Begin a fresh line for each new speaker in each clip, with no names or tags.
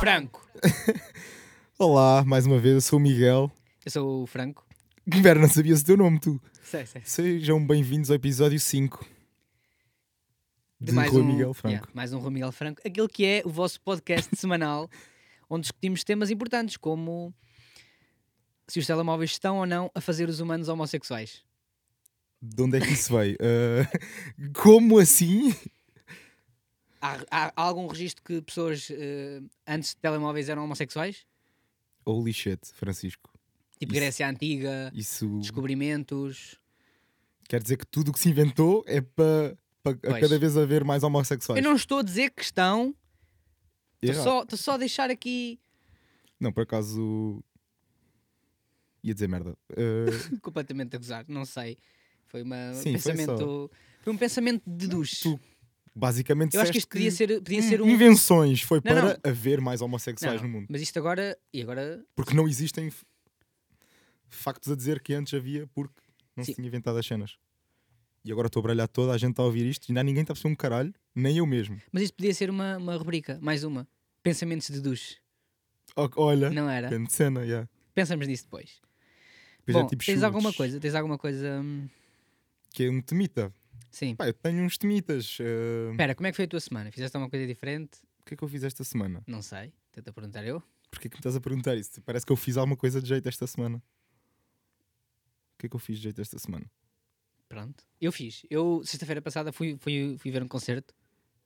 Franco.
Olá, mais uma vez, eu sou o Miguel.
Eu sou o Franco.
Vera, não sabias o teu nome, tu.
Sei, sei.
Sejam bem-vindos ao episódio 5 de, Rui Miguel Franco.
Yeah, mais um Rui Miguel Franco. Aquele que é o vosso podcast semanal, onde discutimos temas importantes, como se os telemóveis estão ou não a fazer os humanos homossexuais.
De onde é que isso veio? Ah, como assim?
Há, há- há algum registro que pessoas eh, antes de telemóveis eram homossexuais?
Holy shit, Francisco.
Tipo
Isso.
Grécia Antiga,
Isso
descobrimentos.
quer dizer que tudo o que se inventou é para a
Pois.
cada vez haver mais
Eu
homossexuais.
não estou a dizer que estão, estou
Errado.
só, estou só a deixar aqui.
Não, por acaso. Ia dizer merda. Ah,
completamente a gozar, não sei. Foi uma
Sim, foi
pensamento. Foi, um pensamento de duche.
Tu basicamente,
Eu acho que
disseste
isto podia ser, podia ser um.
Invenções foi
Não,
para haver mais homossexuais
Não,
no mundo.
Mas isto agora. E agora.
Porque não existem f- factos a dizer que antes havia porque não se
Sim.
tinha inventado as cenas. E agora estou a bralhar toda, a gente está a ouvir isto e ainda ninguém está a perceber um caralho, nem eu mesmo.
Mas isto podia ser uma, uma rubrica, mais uma. Pensamentos de duche.
O- olha,
Não era?
grande cena, yeah.
Pensamos nisso depois.
Depois
Bom,
é tipo
tens
chutes,
alguma coisa? Tens alguma coisa. hum,
Que é um temita.
Sim.
Pá, eu tenho uns temitas. eh,
Espera, como é que foi a tua semana? Fizeste alguma coisa diferente?
O que é que eu fiz esta semana?
Não sei. Tenta perguntar eu.
Porquê que me estás a perguntar isso? Parece que eu fiz alguma coisa de jeito esta semana. O que é que eu fiz de jeito esta semana?
Pronto. Eu fiz. Eu, sexta-feira passada, fui, fui, fui ver um concerto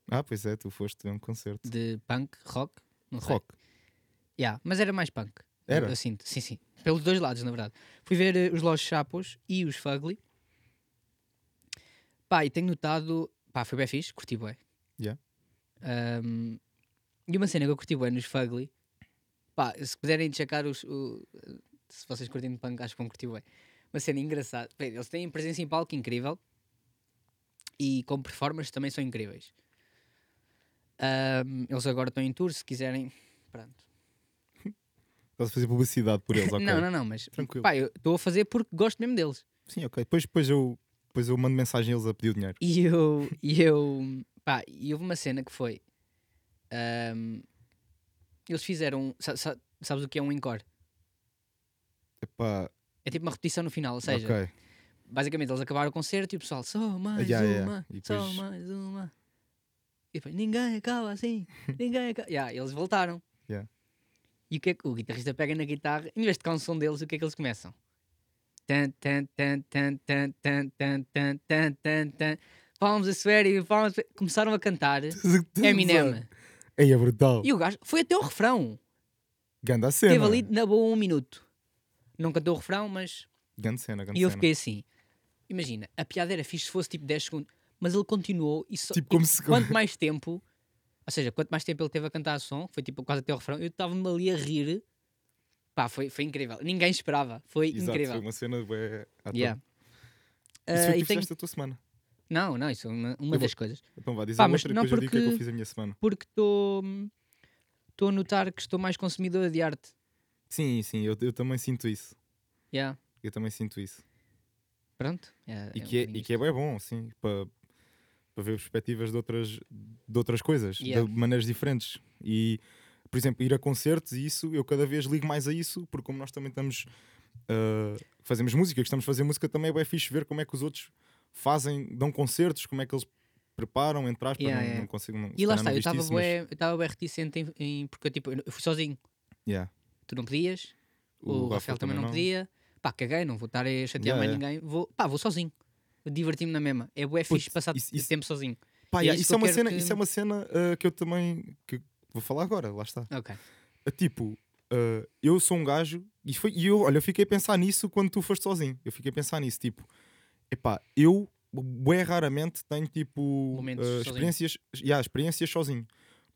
Ah, pois é, tu foste ver um concerto.
de punk, rock. Não sei.
Rock.
Yeah, mas era mais punk. Eu-
Era?
Eu, sinto, sim, sim. Pelos dois lados, na verdade. Fui ver eh, os Los Chapos e os Fugly. Pá, e tenho notado. Pá, foi bem fixe, curti bem.
Yeah.
e uma cena que eu curti bem nos Fugly. Pá, se puderem checar os. o- se vocês curtirem de punk, acho que vão curtir bem. Uma cena engraçada. Bem, eles têm presença em palco incrível. E como performers também são incríveis. Ahm, eles agora estão em tour, se quiserem. Pronto.
Estás a fazer publicidade por eles, ok?
Não, não, não, mas
Tranquilo.
pá, eu estou a fazer porque gosto mesmo deles.
Sim, ok. Depois, depois, eu, depois eu mando mensagem a eles a pedir o dinheiro.
E eu, e eu, pá, e houve uma cena que foi. ahm, eles fizeram. sa- sa- sabes o que é um encore?
Epá,
É tipo uma repetição no final, ou seja,
ok.
basicamente eles acabaram o concerto e o pessoal só mais
yeah, yeah.
uma,
E
só
depois-
mais uma. E depois ninguém acaba assim, ninguém acaba. Yeah, eles voltaram.
Yeah.
E o que é que o guitarrista pega na guitarra, em vez de tocar um som deles, o que é que eles começam? Tan, tan, tan, tan, tan, tan, tan, tan, tan, tan, tan. Palms a swear e palms a... Começaram a cantar Eminem.
Ei, é brutal.
E o gajo foi até o refrão.
Ganda cena.
Teve ali na boa um minuto. Não cantou o refrão, mas
Ganda cena, ganda
E eu
cena.
fiquei assim: imagina, a piada era fixe se fosse tipo 10 segundos, mas ele continuou e só.
Tipo
e
como se...
Quanto mais tempo, ou seja, quanto mais tempo ele teve a cantar o som, foi tipo quase até o refrão, eu estava-me ali a rir. Pá, foi, foi incrível. Ninguém esperava. Foi
Exato, foi
incrível.
uma cena bué à toa.
Yeah.
Isso
Ah,
foi o que
e
tu
tenho-
fizeste a tua semana.
Não, não, isso é uma, uma
Eu vou-
das coisas.
Então vá, diz
Pá,
a
mas
outra e
não,
depois eu digo o que é que eu
porque-
fiz a minha semana.
Porque estou estou a notar que estou mais consumidora de arte.
Sim, sim, eu, eu também sinto isso.
Yeah.
Eu também sinto isso.
Pronto. É-
E
é um
que é,
bocadinho
e que é bem bom, sim, para para ver perspectivas de outras, de outras coisas,
Yeah.
de maneiras diferentes. E, por exemplo, ir a concertos e isso, eu cada vez ligo mais a isso, porque como nós também estamos. ah, fazemos música, gostamos de fazer música, também é bem fixe ver como é que os outros fazem, dão concertos, como é que eles preparam, entre aspas,
Yeah,
não,
yeah.
não consigo. Não, se
E lá
calhar
está,
não
eu
viste
estava
isso, mas-
bué, eu estava bué reticente em, em- porque eu, tipo, eu fui sozinho.
Yeah.
Tu não podias, O, Rafael também não, podia. Pá, caguei, não vou estar a chatear
Yeah,
mais
yeah.
ninguém. Vou, pá, vou sozinho. Diverti-me na mesma. É bué fixe
Putz,
passar
isso-
de
isso-
tempo sozinho.
Pá,
É
yeah,
isso
isso,
que
é
eu
uma
quero
cena,
que-
isso é uma cena ah, que eu também que vou falar agora, lá está.
Ok.
Uh, Tipo, uh, eu sou um gajo e, foi, e eu, olha, eu fiquei a pensar nisso quando tu foste sozinho. Eu fiquei a pensar nisso, tipo, epá, eu bué raramente tenho tipo
Momentos
uh,
sozinho.
experiências, yeah, experiências sozinho.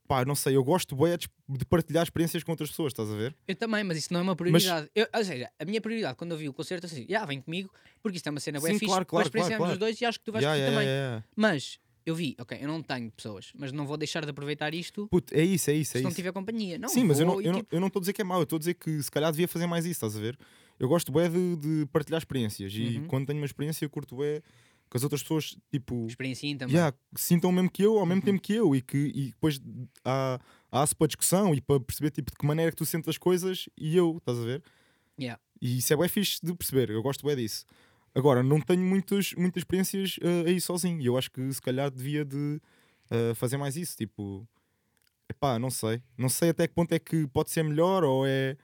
Pá, não sei, eu gosto bué de, de partilhar experiências com outras pessoas, estás a ver?
Eu também, mas isso não é uma prioridade. Eu- ou seja, a minha prioridade quando eu vi o concerto, assim, já vem comigo, porque isto é uma cena bué
Sim,
fixe.
claro,
depois
claro, claro,
experienciamos
claro.
os dois e acho que tu vais
Yeah,
curtir
yeah,
também.
yeah, yeah.
Mas eu vi, ok, eu não tenho pessoas, mas não vou deixar de aproveitar isto
Puto, é isso, é isso, é
se não
isso.
tiver companhia. Não,
Sim, mas eu não
vou e,
estou eu não,
tipo,
eu não tô a dizer que é mau, eu estou a dizer que se calhar devia fazer mais isso, estás a ver? Eu gosto bué de, de partilhar experiências e
Uhum.
quando tenho uma experiência eu curto bué que as outras pessoas, tipo,
Experienciem também. Uhum.
yeah, sintam o mesmo que eu, ao mesmo tempo que eu, e, que, e depois há, há para discussão e para perceber tipo, de que maneira que tu sentes as coisas e eu, estás a ver?
Yeah.
E isso é bem fixe de perceber, eu gosto bem disso. Agora, não tenho muitos, muitas experiências eh, aí sozinho, e eu acho que se calhar devia de eh, fazer mais isso, tipo, epá, não sei, não sei até que ponto é que pode ser melhor ou é,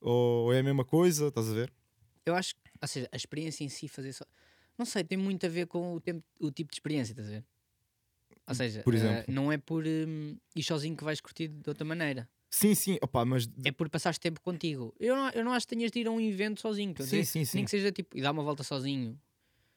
ou é a mesma coisa, estás a ver?
Eu acho, que- ou seja, a experiência em si fazer só. Não sei, tem muito a ver com o, tempo, o tipo de experiência, estás a ver? Ou seja,
Hum, Por
eh,
exemplo?
não é por hum, ir sozinho que vais curtir de outra maneira.
Sim, sim, opá, mas
É por passares tempo contigo. Eu não, eu não acho que tenhas de ir a um evento sozinho. estou a
Sim,
dizer.
sim, sim.
Nem que seja tipo, e dar uma volta sozinho.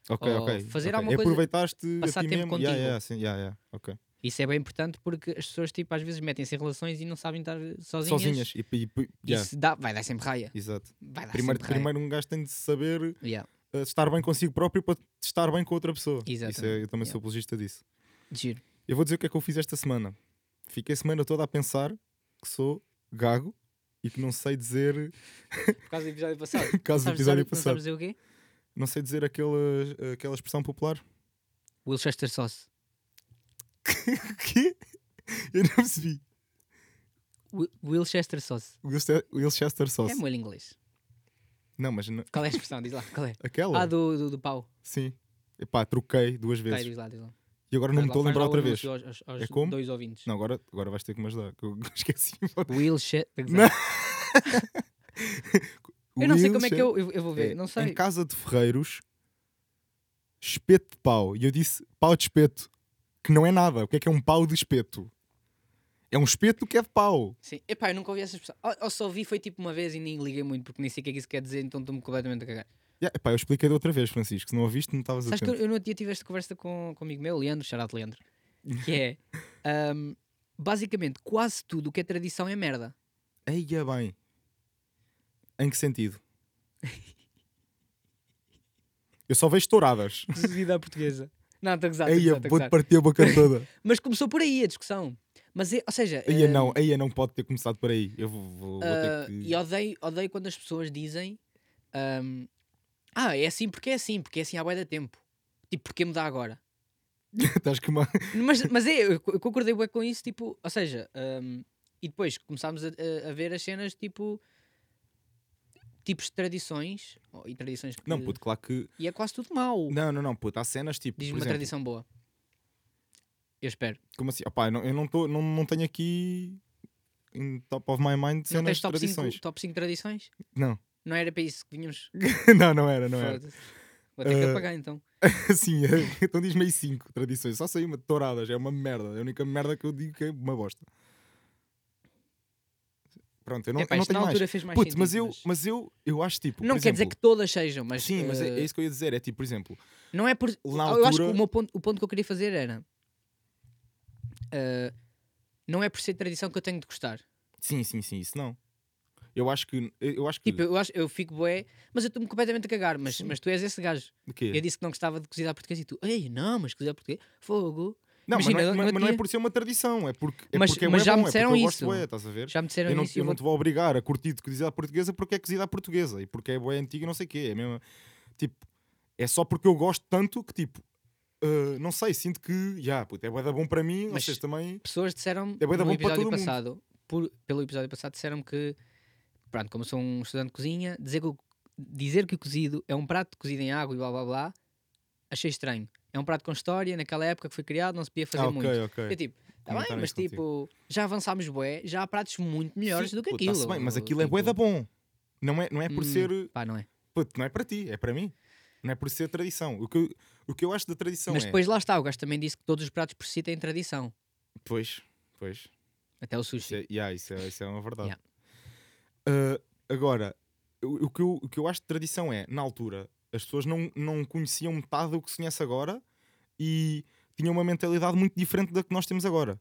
Ok,
Ou
ok.
fazer
ok.
alguma
E
coisa-
Aproveitaste
passar
a ti
tempo
mesmo. Yeah,
contigo.
yeah, sim, yeah, yeah, ok.
Isso é bem importante porque as pessoas tipo, às vezes metem-se em relações e não sabem estar sozinhas.
Sozinhas. E, e, e- yeah,
Isso Ah, é. dá, vai dar sempre raia.
Exato.
Vai dar
Primeiro,
sempre raia.
primeiro um gajo tem de saber
Yeah.
eh, estar bem consigo próprio para estar bem com outra pessoa. Isso é,
Exatamente,
eu também
yeah.
sou apologista disso.
Giro.
Eu vou dizer o que é que eu fiz esta semana. Fiquei a semana toda a pensar que sou gago e que não sei dizer,
Por causa do episódio passado.
por causa do
Sabes-
episódio
sabes- não sabes
passado,
dizer o quê?
não sei dizer aquela, aquela expressão popular.
Wilchester Sauce.
O quê? Eu não percebi.
Wi- Wilchester Sauce.
Wilchester- Wilchester
É
Sauce.
molho inglês.
Não, mas não-
Qual é a expressão? Diz lá, qual é?
aquela?
Ah, do, do, do pau.
Sim. Epá, troquei duas
Tá,
vezes.
diz lá, diz lá.
E agora não me
Faz lá-
estou a
faz
lembrar
lá
outra
o
vez.
anúncio Aos, aos, aos
É como?
dois ouvintes.
Não, agora, agora vais ter que me ajudar, que eu esqueci.
Wilchester.
O
Eu não sei como é que
Wilshire-
eu, eu, eu vou ver.
É,
não sei.
Em casa de ferreiros, espeto de pau. E eu disse pau de espeto, que não é nada. O que é que é um pau de espeto? É um espeto que é de pau.
Sim. Epá, eu nunca ouvi essa expressão. Ou, ou só ouvi foi tipo uma vez e nem liguei muito porque nem sei o que é que isso quer dizer, então estou-me completamente a cagar.
Yeah, é, epá, eu expliquei de outra vez, Francisco. Se não ouviste, não estavas a
Sabes que eu, eu no outro dia tive esta conversa com, com um amigo meu, Leandro, Charate Leandro, que é ahm, basicamente quase tudo o que é tradição é merda.
Eia bem. Em que sentido? eu só vejo touradas.
Vida à portuguesa. Não, estou a gozar, estou a
Eia,
gozar, estou a
vou-te
gozar.
partir a boca toda.
Mas começou por aí a discussão. Mas, é- ou seja,
Aí
ahm,
não, aí não pode ter começado por aí. Eu vou, vou- vou ter
ah,
que.
e odeio, odeio quando as pessoas dizem ahm, ah, é assim porque é assim, porque é assim há bué da tempo. Tipo, porque mudar agora?
Estás com uma.
Mas, mas é, eu co- eu concordei bué com isso, tipo, ou seja, hum, e depois começámos a, a- a ver as cenas, tipo, tipos de tradições, oh, e tradições que...
Não, puto, claro que.
E é quase tudo mau.
Não, não, não, puto. Há cenas tipo.
Diz-me
por
uma
exemplo,
tradição boa. Eu espero.
Como assim? Opá, eu não, eu não, tô, não, não tenho aqui. Em top of my mind
Não
cenas
tens
de
top 5,
tradições.
top 5 tradições?
Não.
Não era para isso que vinhamos...
não, não era, não era.
Foda-se. Vou ter que
Ah,
apagar então.
Sim, é- então diz-me aí 5 tradições. Só saiu uma de touradas, é uma merda. É a única merda que eu digo que é uma bosta. Pronto, eu não,
Epá,
eu não
isto na
tenho mais.
altura fez mais
Puto, mas
sentido,
eu, mas eu, eu acho tipo.
Não
por
quer dizer
exemplo-
que todas sejam, mas...
Sim, mas é,
ah,
é isso que eu ia dizer. É tipo, por exemplo,
Não é por.
Na
Eu acho que
altura-
o, meu ponto, o ponto que eu queria fazer era. ah, não é por ser tradição que eu tenho de gostar.
Sim, sim, sim, isso não. Eu acho que. Eu acho que.
Tipo, eu, acho, eu fico bué, mas eu estou-me completamente a cagar. Mas,
Sim.
mas tu és esse gajo.
de quê?
Eu disse que não gostava de cozida à portuguesa e tu, ei, não, mas cozida à portuguesa, fogo.
não,
imagina, no
mas, não é, mas-
outro
mas não é
dia-
por ser uma tradição, é porque é,
Mas-
porque é
mas
bué
já me
bom, é porque
disseram
eu gosto
isso.
bué, estás a ver?
Já me disseram
Eu não,
isso e
eu
eu
não
vou.
te vou obrigar a curtir de cozida à portuguesa porque é cozida à portuguesa e porque é boa antiga e não sei o quê. É mesmo, tipo, é só porque eu gosto tanto que, tipo, ah, não sei, sinto que, já, puto, é bué da bom para mim,
Mas-
vocês também.
Pessoas disseram
É bué da
no
bom para todo
episódio
mundo.
passado, por, pelo episódio passado, disseram que, pronto, como sou um estudante de cozinha, dizer que, o- dizer que o cozido é um prato cozido em água e blá blá blá, achei estranho. É um prato com história, naquela época que foi criado, não se podia fazer
Ah,
muito.
ok,
Eu
ok.
tipo, tá
Comentaram
bem, mas
isso contigo.
tipo, já avançámos bué, já há pratos muito melhores
Sim,
do que
puto,
aquilo.
tá-se bem, mas aquilo é
tipo,
bué da bom. Não é, não é por
Hum.
ser.
Pá, não é?
Puto, não é para ti, é para mim. Não é por ser tradição. O que eu, o que eu acho da tradição
mas
é.
depois lá está, o gajo também disse que todos os pratos por si têm tradição.
Pois, pois.
Até o
Isso
sushi.
é, yeah, isso é, isso é uma verdade.
Yeah.
Ah, agora, o, o que eu, o que eu acho de tradição é, na altura, as pessoas não, não conheciam metade do que se conhece agora e tinham uma mentalidade muito diferente da que nós temos agora.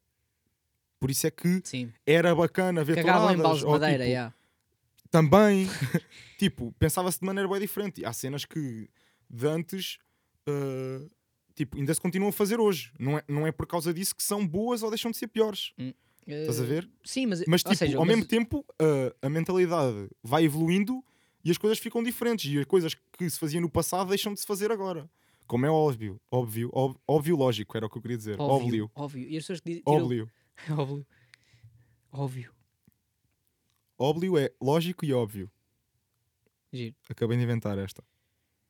Por isso é que
Sim.
era bacana ver
Cagavam em
touradas,
balas de
ou,
madeira,
tipo,
yeah.
também tipo pensava-se de maneira bem diferente há cenas que de antes eh, tipo ainda se continuam a fazer hoje não é, não é por causa disso que são boas ou deixam de ser piores estás a
Eh,
ver
Sim, mas,
mas
ou
tipo
seja,
ao
mas-
mesmo tempo eh, a mentalidade vai evoluindo e as coisas ficam diferentes e as coisas que se faziam no passado deixam de se fazer agora Como é óbvio, óbvio, óbvio, óbvio lógico, era o que eu queria dizer. Óbvio.
Óbvio. Óbvio. E as pessoas que dizem. tiram-
Óbvio.
Óbvio. Óbvio.
Óbvio é lógico e óbvio.
Giro.
Acabei de inventar esta.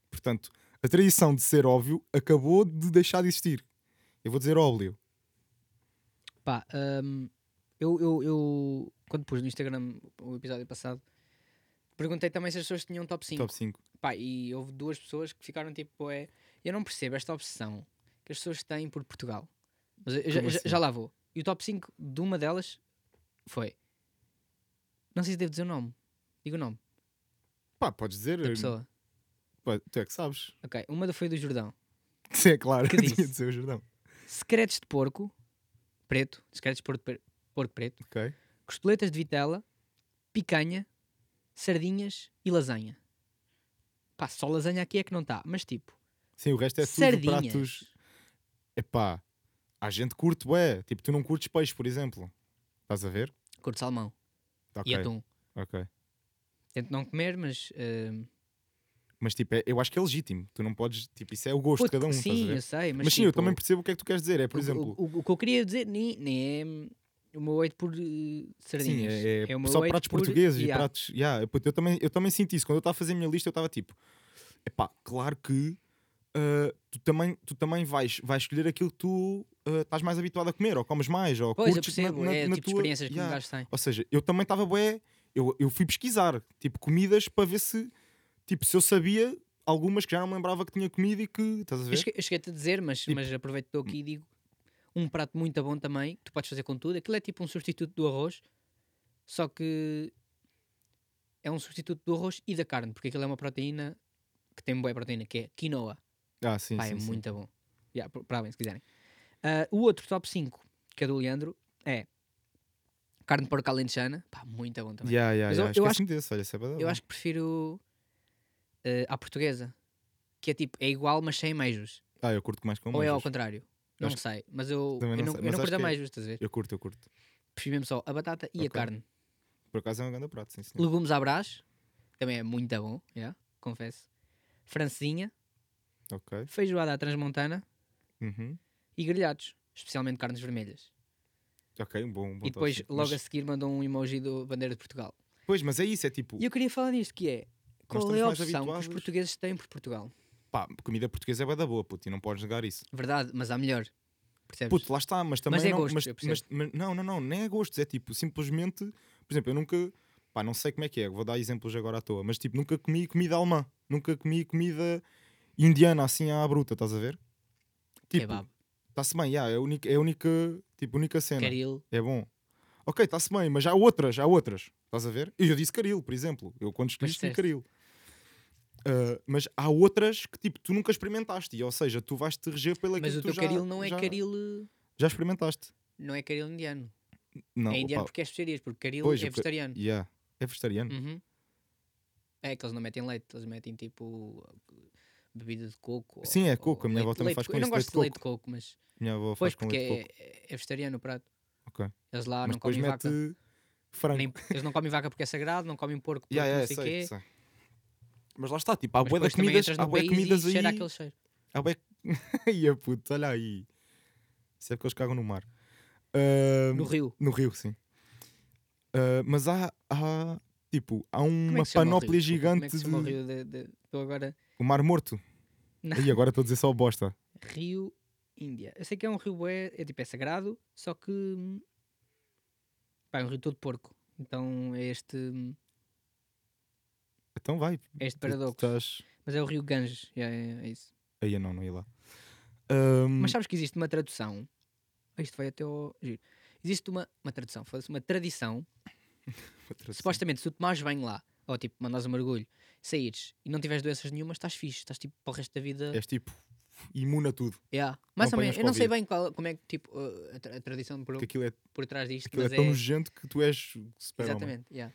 Portanto, a tradição de ser óbvio acabou de deixar de existir. Eu vou dizer óbvio.
Pá, hum, eu, eu, eu, quando pus no Instagram o episódio passado, perguntei também se as pessoas tinham um top 5.
Top 5.
Pá, e houve duas pessoas que ficaram tipo, é, eu não percebo esta obsessão que as pessoas têm por Portugal. Mas eu, eu já,
Como
já-
assim?
já lá vou. E o top 5 de uma delas foi. Não sei se devo dizer o nome. Digo o nome
Pá, podes dizer.
da pessoa.
Pá, tu é que sabes.
Ok, uma foi do Jordão.
Sim, é claro.
Que
eu tinha
disse?
de dizer o Jordão.
Secretos de porco preto, secretos de porco, pre- porco preto,
Ok.
costeletas de vitela, picanha, sardinhas e lasanha. Pá, só lasanha aqui é que não está, mas tipo,
Sim, o resto é tudo
sardinhas.
pratos. Epá, há gente que curte, ué. Tipo, tu não curtes peixe, por exemplo. Estás a ver?
Cor de salmão
Tá,
e é
ok.
atum.
ok.
Tento não comer, mas. hum,
Mas tipo, é- eu acho que é legítimo. Tu não podes. Tipo, isso é o gosto de
Puto,
cada um.
Sim,
estás a ver?
eu sei, mas,
Mas, sim, eu
tipo,
também percebo o que é que tu queres dizer. É, por
o-
exemplo.
O, o- o que eu queria dizer nem, nem é hum, o meu 8 por eh, sardinhas.
Sim, é, é
o meu
só
oito
pratos
por-
portugueses e
Yeah.
pratos. Yeah, é, puto, eu, também, eu também senti isso. Quando eu estava a fazer a minha lista, eu estava tipo: epá, claro que ah, tu também, tu também vais, vais escolher aquilo que tu ah, estás mais habituado a comer, ou comes mais, ou
Pois, eu
curtes na-
percebo,
na,
é o
na
tipo de
tua-
experiências que um
Yeah.
gajo tem.
Ou seja, eu também estava bué, eu, eu fui pesquisar, tipo, comidas para ver se, tipo, se eu sabia algumas que já não me lembrava que tinha comido e que, estás a ver?
Eu cheguei- eu cheguei-te a dizer, mas,
Tipo-
mas aproveito que estou aqui e digo um prato muito bom também, que tu podes fazer com tudo. Aquilo é tipo um substituto do arroz, só que é um substituto do arroz e da carne, porque aquilo é uma proteína que tem boa proteína, que é quinoa.
Ah, sim,
Pá,
sim,
é
sim.
muito bom. Yeah, pr- parabéns, se quiserem. Ah, o outro top 5, que é do Leandro, é carne de porco alentejana. Pá, muito bom também.
Yeah, yeah,
Mas eu-
yeah.
eu
Esqueci-me desse, olha, isso é bué da
Eu
bom.
acho que prefiro ah, à portuguesa. Que é tipo, é igual, mas sem meijos.
Ah, eu curto mais com
Ou é ao
manjas.
contrário. Não
acho
sei, mas eu, eu
também
não, eu
não
não
sei, mas acho
curto a
que é-
meijos, estás a ver?
Eu curto, eu curto.
Prefiro mesmo só a batata e a
Ok.
carne.
Por acaso é um grande prato, sim, sim.
Legumes à brás, também é muito bom, yeah, confesso. Francinha,
Ok.
feijoada à transmontana
Uhum.
e grelhados, especialmente carnes vermelhas.
Ok, um bom, um bom
E depois,
tópico.
logo a
mas,
seguir, mandou um emoji do Bandeira de Portugal.
Pois, mas é isso, é tipo,
E eu queria falar nisto, que é... Qual
estamos
é a
mais
opção que os
habituados.
portugueses têm por Portugal?
pá, comida portuguesa é bué da boa, puto, e não podes negar isso.
Verdade, mas há melhor. Percebes?
Puto, lá está, mas também
Mas é
não,
gostos,
mas,
eu percebo.
mas- mas- não, não, não, nem é gostos, é tipo, simplesmente, por exemplo, eu nunca, pá, não sei como é que é, vou dar exemplos agora à toa, mas tipo, nunca comi comida alemã, nunca comi comida indiana assim à bruta, estás a ver? Tipo,
Kebab,
está-se bem, yeah, é a única, é a única, tipo, única cena.
caril,
É bom. Ok, está-se bem, mas há outras, há outras. Estás a ver? Eu disse caril, por exemplo. Eu quando escolhi
Mas
escolhi
disseste.
caril. Ah, mas há outras que tipo tu nunca experimentaste, e, ou seja, tu vais te reger pela
mas
que
o
tu
teu
já,
caril não é
já,
caril... eh,
Já experimentaste?
Não é caril indiano.
Não,
é indiano
opa,
porque é especiarias, porque caril
Pois,
é
o ca-
vegetariano.
yeah. É vegetariano?
Uhum. É que eles não metem leite, eles metem tipo bebida de coco.
Sim, é
ou-
coco, a
ou
minha avó
leite- leite
também faz
de co-
com
Eu não
isso,
gosto de leite de coco, mas.
Minha avó
Pois,
faz com
porque
leite de
é,
coco.
é vegetariano o prato.
Ok.
Eles lá
mas
não
depois
comem
mete
vaca.
frango.
Nem- eles não comem vaca porque é sagrado, não comem porco porque
Yeah, yeah,
não sei o
sei,
quê.
sei. Mas lá está, tipo, há
Mas
bué de
depois também
comidas,
entras
há
no
bué de
país
comidas
e
aí.
cheira aquele cheiro.
Ah, bem... Ia puto, olha aí. Isso é porque eles cagam no mar. Ah,
No rio.
no rio, sim. Ah, mas há, há, tipo, há
Como é
uma
que se chama o
panóplia
rio? Como é
gigante
que se chama o
de...
rio de- de- Estou agora.
O Mar Morto.
Não.
E agora estou a dizer só bosta.
Rio Índia. Eu sei que é um rio bué, é tipo, é sagrado, só que. hum, Pá, é um rio todo porco. Então é este, hum,
Então vai.
é este
tu- tu
paradoxo.
Estás...
Mas é o rio Ganges, é, é- é isso.
Aí eu não, não ia lá. Ah,
Mas sabes que existe uma tradução? Ah, Isto vai até ao. Giro. Existe uma, uma tradução, foda-se, uma tradição.
outra-
Supostamente, se tu tomares bem lá, ou tipo, mandas um mergulho, saíres e não tiveres doenças nenhumas, estás fixe, estás tipo para o resto da vida.
És tipo, imune a tudo.
Yeah. Mais ou
apanhas
menos, eu não sei
Covid.
bem qual, como é que tipo, uh, a, tra- a tradição por,
Porque aquilo é,
por trás disto,
aquilo é
mas
tão
é.
nojento que tu és super-homem.
Exatamente, yeah.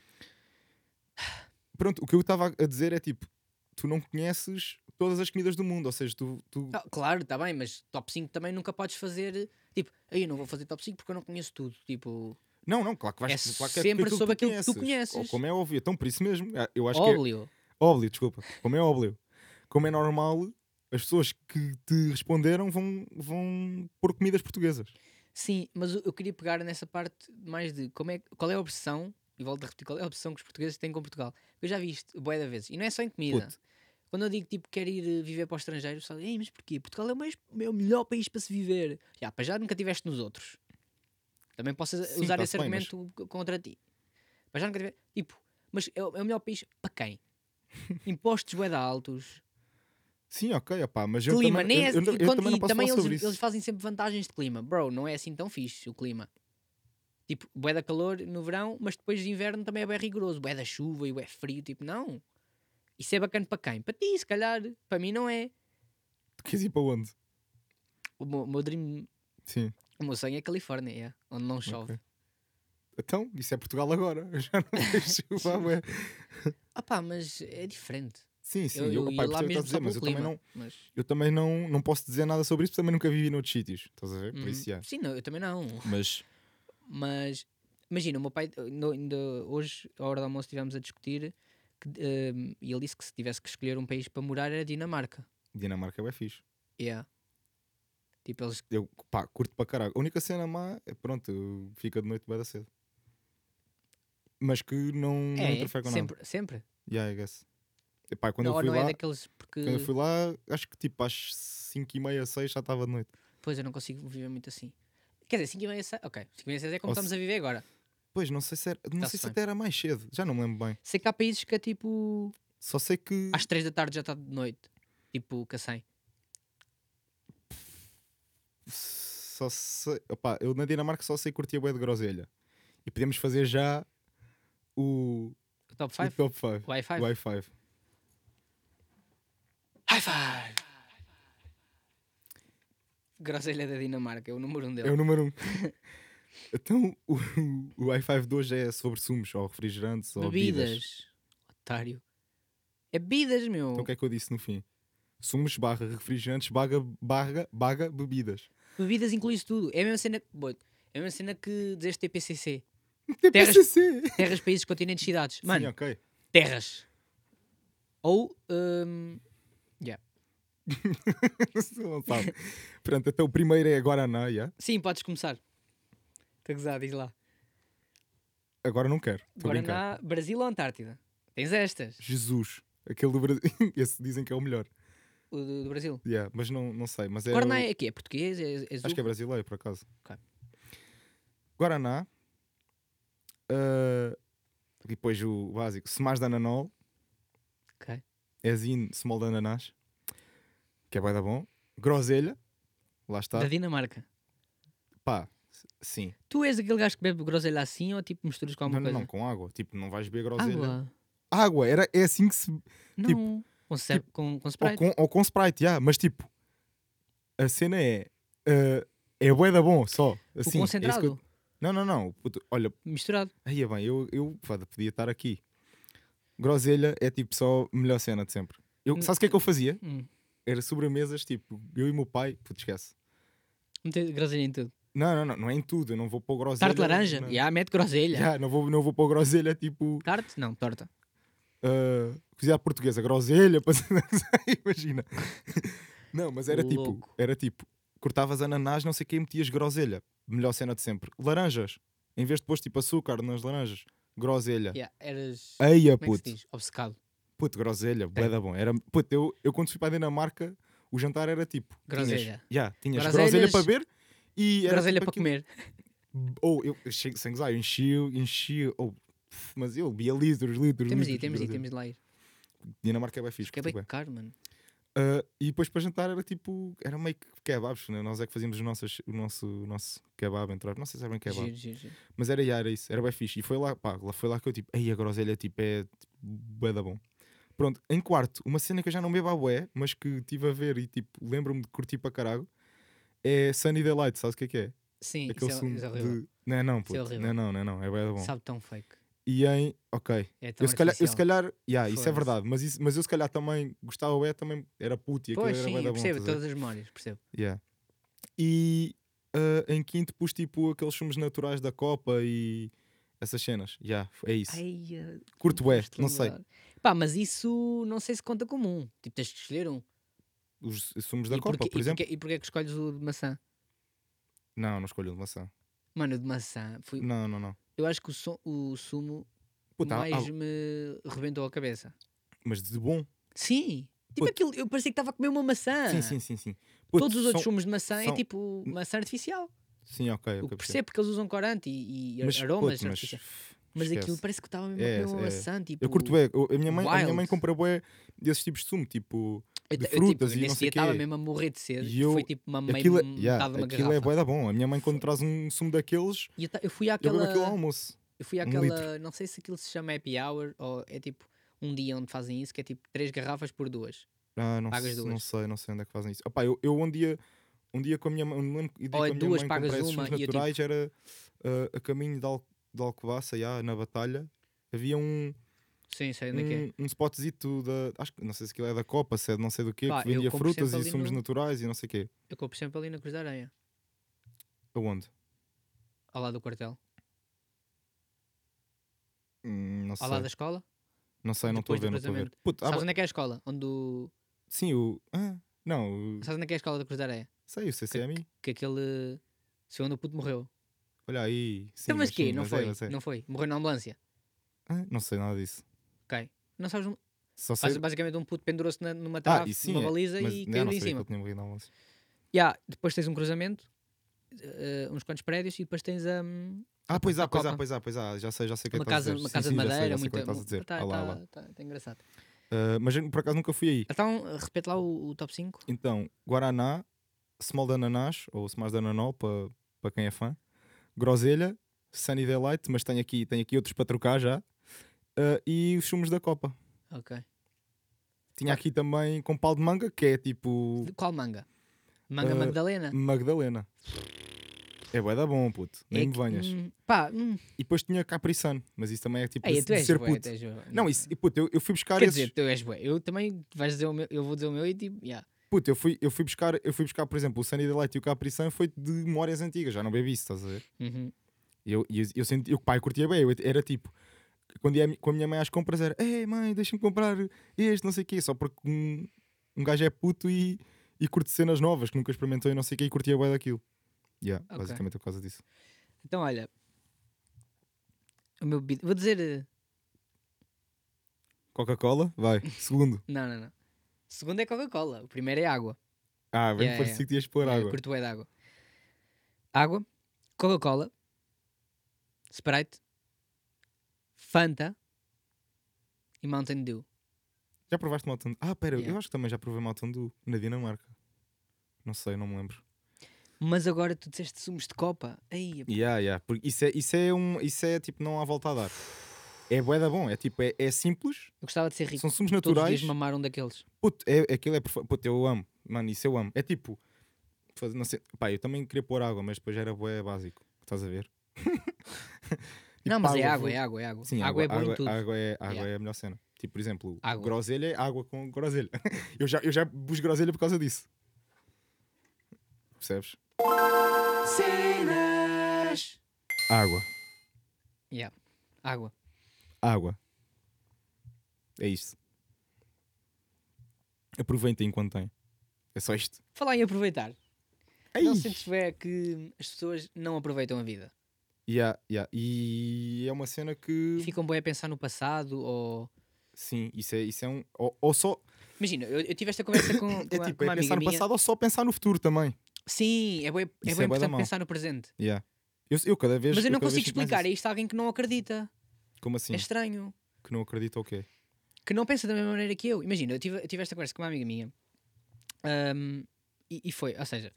Pronto, o que eu estava a dizer é tipo, tu não conheces todas as comidas do mundo. Ou seja, tu... tu...
Ah, claro, está bem, mas top 5 também nunca podes fazer. Tipo, aí eu não vou fazer top 5 porque eu não conheço tudo. Tipo,
Não, não, claro que vais
É
claro
sempre
tu
sobre aquilo que tu
Ou
conheces.
como é óbvio, então por isso mesmo, ah, eu acho que é
óleo.
óbvio, desculpa, como é óbvio, como é normal, as pessoas que te responderam vão, vão pôr comidas portuguesas.
Sim, mas eu eu queria pegar nessa parte mais de como é, qual é a obsessão, e volto a repetir, qual é a obsessão que os portugueses têm com Portugal. Eu já vi isto bué da vezes, e não é só em comida.
Puto.
Quando eu digo, tipo, quero ir eh, viver para o estrangeiro, o pessoal diz, "Ei, mas porquê? Portugal é o, mais, é o melhor país para se viver. Já, para já nunca tiveste nos outros. Também posso
Sim,
usar
tá-se
esse
bem, mas-
argumento co- contra ti. Para já nunca tiveste... Tipo, mas é o, é o melhor país para quem? Impostos bué da altos,
Sim, ok, opá, mas eu
clima,
também,
nem é,
eu, eu, eu
e quando-
também
e
não
também
posso falar
eles,
sobre isso.
eles fazem sempre vantagens de clima. Bro, não é assim tão fixe o clima. Tipo, bué da calor no verão, mas depois de inverno também é bué rigoroso. Bué da chuva e bué frio, tipo, não. Isso é bacana para quem? Para ti, se calhar. Para mim não é.
Tu queres ir para onde?
O meu, o meu dream,
Sim.
o meu sonho é a Califórnia, yeah, onde não chove.
ok. Então, isso é Portugal agora. Eu já não vejo chuva, ué.
Ah pá, mas é diferente.
Sim, sim,
eu, eu,
opá,
ia lá
percebo o que
mesmo
estás a dizer,
só
mas
pelo
eu também
clima.
não,
Mas,
eu também não, não posso dizer nada sobre isso, porque também nunca vivi noutros sítios. Estás a ver? É Por
Uhum.
isso, yeah.
Sim, não, eu também não.
Mas,
Mas imagina, o meu pai, eh, no- ainda hoje, à hora do almoço, estivemos a discutir que, ehm, e ele disse que se tivesse que escolher um país para morar era Dinamarca.
Dinamarca é bué fixe.
Yeah. Tipo, eles.
Eu, pá, curto para caralho. A única cena má é, pronto, eu- fica de noite bué da cedo. Mas que não, não
é,
interfere com nada.
sempre, sempre.
Yeah, I guess. Epá, quando,
não,
eu fui
não
lá,
é daqueles. Porque.
quando eu fui lá, acho que tipo às 5 e meia, 6 já estava de noite.
Pois eu não consigo viver muito assim. Quer dizer, 5 e meia, 6. Ok, 5 e meia, 6 é como
Ou
estamos a viver agora.
Pois, não sei se, era, não
Tá-se
sei se
bem.
até era mais cedo. Já não me lembro bem.
Sei que há países que é tipo.
Só sei que.
Às 3 da tarde já está de noite. Tipo, Cacém.
Só sei. Opá, eu na Dinamarca só sei curtir a boia de groselha. E podemos fazer já o,
O top
o
5?
top 5.
High five?
High five.
High five! Groselha da Dinamarca, é o número 1 um dele.
É o número 1. Um. então o, o high five de hoje é sobre sumos ou refrigerantes ou bebidas.
Bebidas. Otário. É bebidas, meu.
Então o que é que eu disse no fim? Sumos barra refrigerantes barra, barra, barra bebidas.
Bebidas inclui-se tudo. É a mesma cena que. boi, é a mesma cena que dizes TPCC.
É
Terras-
TPCC!
Terras, países, continentes, cidades. Mano,
Sim, ok.
terras. Ou. hum,
Não sabe. Pronto, então o primeiro é Guaraná, yeah.
Sim, podes começar. Está gozado, diz lá.
agora não quero. Estou a brincar.
Guaraná, Brasil ou Antártida? Tens estas.
Jesus, aquele do Brasil. Esse dizem que é o melhor.
O do, do Brasil.
Yeah, mas não, não sei. Mas é
Guaraná
o-
é aqui, é português, é, é
Acho
azul.
que é brasileiro, por acaso.
Ok.
Guaraná. Ah, e depois o básico. Semás de ananol.
Ok.
Ezine, small de ananás. Que é bué da bom. Groselha. Lá está.
Da Dinamarca.
Pá, s- sim.
Tu és aquele gajo que bebe groselha assim ou tipo misturas com
Não,
alguma
não, não,
coisa?
com água. Tipo, não vais beber groselha. Água.
Água.
Era, é assim que se...
Não.
Tipo-
com, ser- com, com
Ou
Sprite.
com, assim, ou com Sprite, yeah, mas tipo... A cena é... ah, é bué da bom, só.
O
Assim, é isso que eu-
concentrado.
Não, não, não. Puto, Olha,
Misturado.
Aí é bem, eu, eu foda, podia estar aqui. Groselha é tipo só a melhor cena de sempre. Eu,
Hum,
sabes o que é que eu fazia?
Hum.
Era sobremesas, tipo, eu e meu pai, puto, esquece.
Meter groselha em tudo.
Não, não, não, não é em tudo, eu não vou pôr groselha.
Tarte laranja?
Não, é
Já, mete groselha.
Já, não vou, não vou pôr groselha, tipo,
Tarte? Não, torta.
ah, cozida à portuguesa, groselha, para- imagina. Não, mas era tipo,
Louco.
era tipo, cortavas ananás, não sei o que, metias groselha. Melhor cena de sempre. Laranjas, em vez de pôr tipo açúcar nas laranjas, groselha.
Já, eras. Como
Eia,
é que
puto.
se diz? Obcecado.
Puto, groselha, bué da bom. Era, puto, eu, eu quando fui para a Dinamarca, o jantar era tipo... tinhas-
Groselha.
Já, tinhas
Groselhas-
groselha para beber e... Era
Groselha
tipo
para
aquilo.
comer.
Ou eu, eu chego sem gozar, eu enchi, enchi... Ou, pff, mas eu bebia litros, litros,
Temos de ir,
litros de
temos de ir,
groselha.
temos de lá ir.
Dinamarca é bem fixe,
Porque é
curto
bem
bué.
caro, mano.
Ah, E depois para jantar era tipo... Era meio que kebabs, né? Nós é que fazíamos os nossos, o nosso, o nosso kebab, entre aspas. Não sei se era bem kebab.
Giro, giro, giro.
Mas era, já, era isso, era bem fixe. E foi lá, pá, lá foi lá que eu tipo, ei, a groselha tipo, é tipo, bué da bom. Pronto, em quarto, uma cena que eu já não bebo à bué, mas que tive a ver e tipo, lembro-me de curtir para caralho, é Sunny Delight, sabes o que é que é?
Sim,
Aquele
isso é,
sumo
isso é horrível.
de... Não, não,
Isso é
puto,
horrível.
não, não, não, não, é bué da bom.
Sabe tão fake.
E em, ok,
É tão
eu se calhar, eu se
artificial.
calhar, yeah, isso é
Foda-se.
verdade, mas, isso, mas eu se calhar também gostava bué, também era puto e aquilo
Pois
era
sim,
bué da
eu
bom.
percebo
estás a ver?
todas as memórias, percebo.
Yeah. E ah, em quinto pus tipo aqueles sumos naturais da Copa e essas cenas. Já, é isso.
Ai, ah,
Curto bué,
foste
não sei.
lembrar. Pá, mas isso não sei se conta comum. Tipo, tens de escolher um.
os sumos da
e
Copa,
porquê-
por
e
exemplo.
porquê- e porquê é que escolhes o de maçã?
Não, não escolho o de maçã.
Mano, o de maçã. Foi,
Não, não, não.
Eu acho que o, som, o sumo
Puta, há-
mais
há-
me rebentou a cabeça.
mas de bom.
Sim! Tipo
Puta.
aquilo, eu parecia que estava a comer uma maçã.
Sim, sim, sim, sim. Puto,
Ah. Todos os outros
são-
sumos de maçã é
são- É
tipo maçã artificial.
Sim, ok,
Eu
ok.
percebo que eles usam corante e, e aromas
puto, mas,
artificiais. Mas aquilo
esquece.
parece que estava mesmo
É,
a comer uma
é.
maçã. Tipo,
Eu curto bué. Eu- A minha mãe, a minha
Wild.
mãe compra bué desses tipos de sumo, tipo.
Eu
de
ta- eu, tipo,
frutas e
nesse
não
dia
sei quê.
estava mesmo a morrer de sede.
E eu-
Foi tipo uma meia
aquilo é,
metade
yeah,
de uma
aquilo é
garrafa.
bué da bom. A minha mãe, quando traz um sumo daqueles,
E eu, ta- eu fui
eu bebo
àquela.
aquilo ao almoço.
Eu fui
Um litro.
àquela. não sei se aquilo se chama happy hour ou é tipo um dia onde fazem isso, que é tipo três garrafas por duas.
Ah, não,
Pagas
se-
duas.
não sei, não sei onde é que fazem isso. Opá, eu, eu um dia. Um dia com a minha mãe, eu me lembro que
Ou é
com a minha
duas,
mãe
pagas
comprar esses
uma,
sumos
e eu tipo-
naturais era ah, a caminho de, Al de Alcobaça, já, na batalha, havia um,
Sim, sei onde é que é.
um, um spotzito da. Acho que não sei se aquilo é da Copa, se é de não sei do quê,
Pá,
que
eu
vendia
compro
frutas
sempre
e
ali
sumos
no-
naturais e não sei o quê.
Eu compro sempre ali na Cruz da Areia,
Aonde?
ao lado do quartel,
Hum, não
ao
sei.
lado da escola.
Não sei, não estou a
Depois do
ver, não estou a ver.
cruzamento.
Puto, há
Sabes
bué-
onde é que é a escola? Onde o...
Sim, o. Ah, não, o-
Sabes onde é que é a escola da Cruz da Areia?
sei, o CCMI.
Que aquele. Foi onde o puto morreu.
Olha aí. Sim,
então, mas
sim,
quê? não
é,
foi?
mas é.
Não foi? Morreu na ambulância.
Ah, não sei nada disso.
Ok. Não sabes. um-
Só sei.
Basi- Basicamente, um puto pendurou-se na- numa tarrafa,
isso sim
numa
é,
baliza
mas
e
não,
caiu
não
ali em
sabia
cima.
que ele tinha morrido na ambulância.
Yeah, depois tens um cruzamento, eh, uns quantos prédios e depois tens hum,
Ah, pois há, pois há,
Copa.
pois há, pois há. Já sei, já sei o que é
uma
que estás a
casa,
dizer.
uma
Sim,
casa
sim,
de
já sei,
madeira.
já sei o que é que
muita-
estás a dizer.
Tá,
Ah lá, ah
tá-
lá.
tá- tá engraçado.
Ah, mas eu, por acaso nunca fui aí.
Então, repete lá o, o top 5.
Então, Guaraná, Small de Ananás, ou Smash de Ananol, para para quem é fã. Groselha, Sunny Daylight, mas tenho aqui, tenho aqui outros para trocar já. Ah, e os sumos da Copa.
Ok.
Tinha aqui também com pau de manga, que é tipo
De Qual manga? Manga
Eh,
Magdalena?
Magdalena. É bué da bom, puto. Nem
É
me
que-
venhas.
hum, pá, hum.
E depois tinha Capriçano, mas isso também é tipo
Ei,
de,
tu
de
és
ser
bué,
puto.
tu és bué.
Não, isso, e puto, eu, eu fui buscar
Quer
esses.
dizer, tu és bué. Eu também vais dizer o meu, eu vou dizer o meu e tipo, yeah.
Puto, eu fui, eu fui buscar, eu fui buscar, por exemplo, o Sunny Delight e o Capriçano foi de memórias antigas, já não bebi isso, estás a ver?
Uhum.
E Eu, e eu, eu senti, eu, pá, eu curtia bem, eu era tipo, quando ia a mi- com a minha mãe às compras era, ei mãe, deixa-me comprar este, não sei o quê, só porque um, um gajo é puto e, e curte cenas novas que nunca experimentou e não sei o quê, e curtia bem daquilo. Yeah,
Ok.
basicamente é por causa disso.
Então, olha. O meu bebido. Vou dizer. eh,
Coca-Cola, vai. Segundo.
Não, não, não. O segundo é Coca-Cola. O primeiro é água.
Ah, bem
Yeah,
que parecia
yeah.
que tinhas de pôr
É,
água.
Curto bué de água. Água, Coca-Cola, Sprite, Fanta e Mountain Dew.
Já provaste Mountain Dew? Ah, pera, eu
Yeah.
acho que também já provei Mountain Dew na Dinamarca. Não sei, não me lembro.
Mas agora tu disseste sumos de copa. Aí,
Yeah, yeah, porque isso é, isso é um, isso é tipo não há volta a dar. É bué da bom, é tipo, é, é simples,
eu gostava de ser É rico.
são sumos
Todos os
naturais.
dias mamar um daqueles.
Puto, é, aquilo é perfeito. Puto, eu amo. Mano, isso eu amo. É tipo, faz- não sei, pá, eu também queria pôr água, mas depois era bué básico. Estás a ver? Tipo,
não, mas é água,
vou-
é água, é água.
Sim,
água, é bom
água,
em tudo.
Água, é, água
Yeah.
é a melhor cena. Tipo, por exemplo,
Água.
groselha é água com groselha. eu, já, eu já pus groselha por causa disso. Percebes?
Cenas!
Água.
Yeah. Água.
Água. É isto. Aproveitem enquanto tem. É só isto.
Falar em aproveitar.
Ei!
Não sentes fé que as pessoas não aproveitam a vida.
Yeah, yeah. E é uma cena que.
Ficam bem a pensar no passado ou.
Sim, isso é, isso é um. Ou, ou só.
Imagina, eu, eu tive esta conversa com, com
É
uma,
tipo,
com uma
é
amiga
pensar no
minha.
passado ou só pensar no futuro também.
Sim, é bem, é bem
Isso é bué da
importante
mau.
pensar no presente.
Yeah. Eu, eu cada vez.
Mas eu não
cada vez
consigo
sinto mais
explicar
isso.
isto a alguém que não acredita.
Como assim?
É estranho.
Que não acredito ou quê?
Que não pensa da mesma maneira que eu. Imagina, eu tive, eu tive esta conversa com uma amiga minha. ahm, e, e foi, ou seja,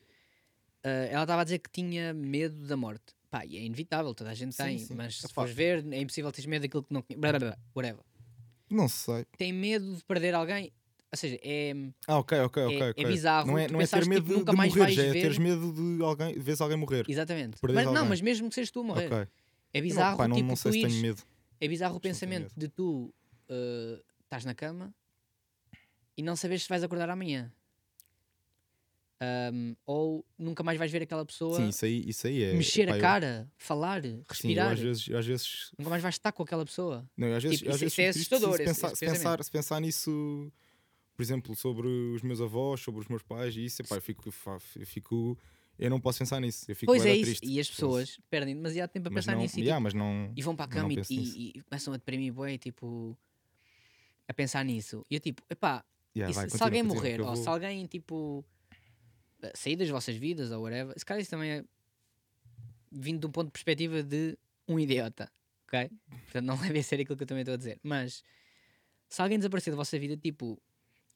ah, ela estava a dizer que tinha medo da morte. Pá, e é inevitável, toda a gente
Sim,
tem.
sim.
Mas se
Epá.
fores ver, é impossível teres medo daquilo que não conheces. Blá, blá, blá, Whatever.
Não sei.
Tem medo de perder alguém. Ou seja, é.
Ah, ok, ok, ok.
é
ok.
bizarro
Não é,
tu
não é ter
pensares,
medo
tipo,
de-
nunca
de
mais
morrer,
vais
já é
ver.
teres medo de alguém, de veres alguém morrer.
Exatamente.
Perderes
Mas, não,
alguém.
mas mesmo que sejas tu a morrer.
Ok.
É
Eu
bizarro.
não, pá, não,
tipo,
não sei
tu
se
ires-
tenho medo.
É bizarro o
Mas não tenho
pensamento de tu eh, estás na cama e não sabes se vais acordar amanhã. Ahm, ou nunca mais vais ver aquela pessoa
Sim, isso aí, isso aí é.
mexer
pá,
a
eu-
cara, falar,
Sim, eu
respirar.
às vezes. Às vezes
Nunca mais vais estar com aquela pessoa.
não, eu às vezes,
Tipo,
às
isso-
vezes
isso é
fico triste se
assustador, esse-
pensar-
esse
se, pensar, se pensar nisso, por exemplo, sobre os meus avós, sobre os meus pais e isso, epá, eu fico, fa- eu fico. Eu não posso pensar nisso. Eu fico
Pois é
bué da
isso.
triste.
E as pessoas perdem demasiado tempo a
mas
pensar
não,
nisso e,
yeah, mas não.
tipo, e vão para a
mas não
cama e,
penso nisso.
e- e começam a deprimir bué, tipo, a pensar nisso. E eu tipo, epá,
Yeah,
E se,
vai,
se
continua,
alguém
continua,
morrer,
que eu
ou
vou-
se alguém tipo eh, sair das vossas vidas ou whatever, se calhar isso também é vindo de um ponto de perspectiva de um idiota, ok? Portanto, não leve a sério aquilo que eu também estou a dizer. Mas se alguém desaparecer da vossa vida, tipo,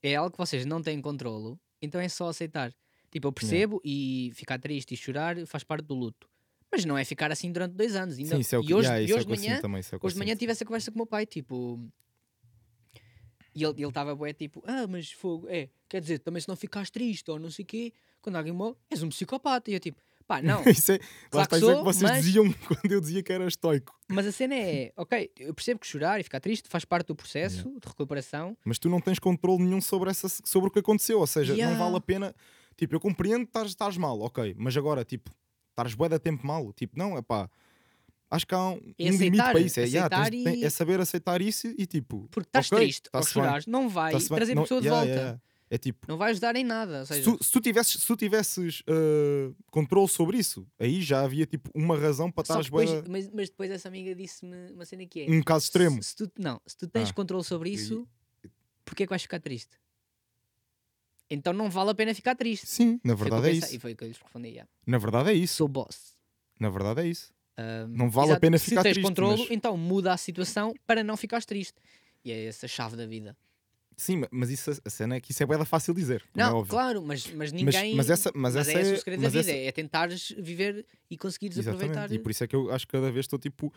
é algo que vocês não têm controlo, então é só aceitar. Tipo, eu percebo e ficar triste e chorar faz parte do luto. Mas não é ficar assim durante dois anos. Ainda,
Sim, isso é o que
e hoje,
yeah,
e
isso é
hoje
o que eu
de
sinto
manhã
também, isso é o que eu
Hoje de manhã
sinto.
tive essa conversa com o meu pai, tipo. E ele estava bué, tipo, ah, mas fogo, é, quer dizer, também se não ficares triste ou não sei o quê, quando alguém morre, és um psicopata. E eu tipo, pá, não,
Isso é, lá
Claro que
está, isso é
sou,
que vocês
mas-
diziam quando eu dizia que era estoico.
mas a cena é, ok, eu percebo que chorar e ficar triste faz parte do processo de recuperação.
mas tu não tens controle nenhum sobre, essa, sobre o que aconteceu. Ou seja,
Yeah.
não vale a pena. Tipo, eu compreendo que estás mal, ok, mas agora, tipo, estás bué da tempo mal. Tipo, não, é pá. Acho que há um,
É
um limite
aceitar,
para isso. É, yeah,
aceitar
tens- tem-
e-
é saber aceitar isso e tipo.
Porque estás
ok,
triste ou
tá-se bem,
chorares, não vai
tá-se bem.
Ah, trazer a
Não,
pessoa de
yeah,
volta.
yeah, yeah. É tipo,
Não vai ajudar em nada. Ou seja,
se tu, se tu tivesses, se tu tivesses ah, controle sobre isso, aí já havia tipo uma razão para
só que
estares bué
depois-
da-
mas, mas depois essa amiga disse-me uma cena que é.
um caso extremo.
Se, se tu, não, se tu tens
Ah.
controle sobre
E-
isso, porquê é que vais ficar triste? Então não vale a pena ficar triste.
Sim, na
Foi o que eu
verdade é
pensei- E
isso.
foi o que eu lhes respondi. já.
Na verdade é isso.
Sou boss.
Na verdade é isso. não vale
Ah,
a
Exato.
pena
Se
ficar
tens
triste.
controlo,
mas-
então muda a situação para não ficares triste. E é essa a chave da vida.
Sim, ma- mas isso, a cena é que isso é bem fácil dizer. como é
Não,
óbvio.
claro, mas, mas
Mas-
ninguém.
mas, essa, mas,
mas
essa
é esse
é,
o segredo
mas
da vida,
essa-
é tentares viver e conseguires aproveitar.
exatamente. E por isso é que eu acho que cada vez estou tipo,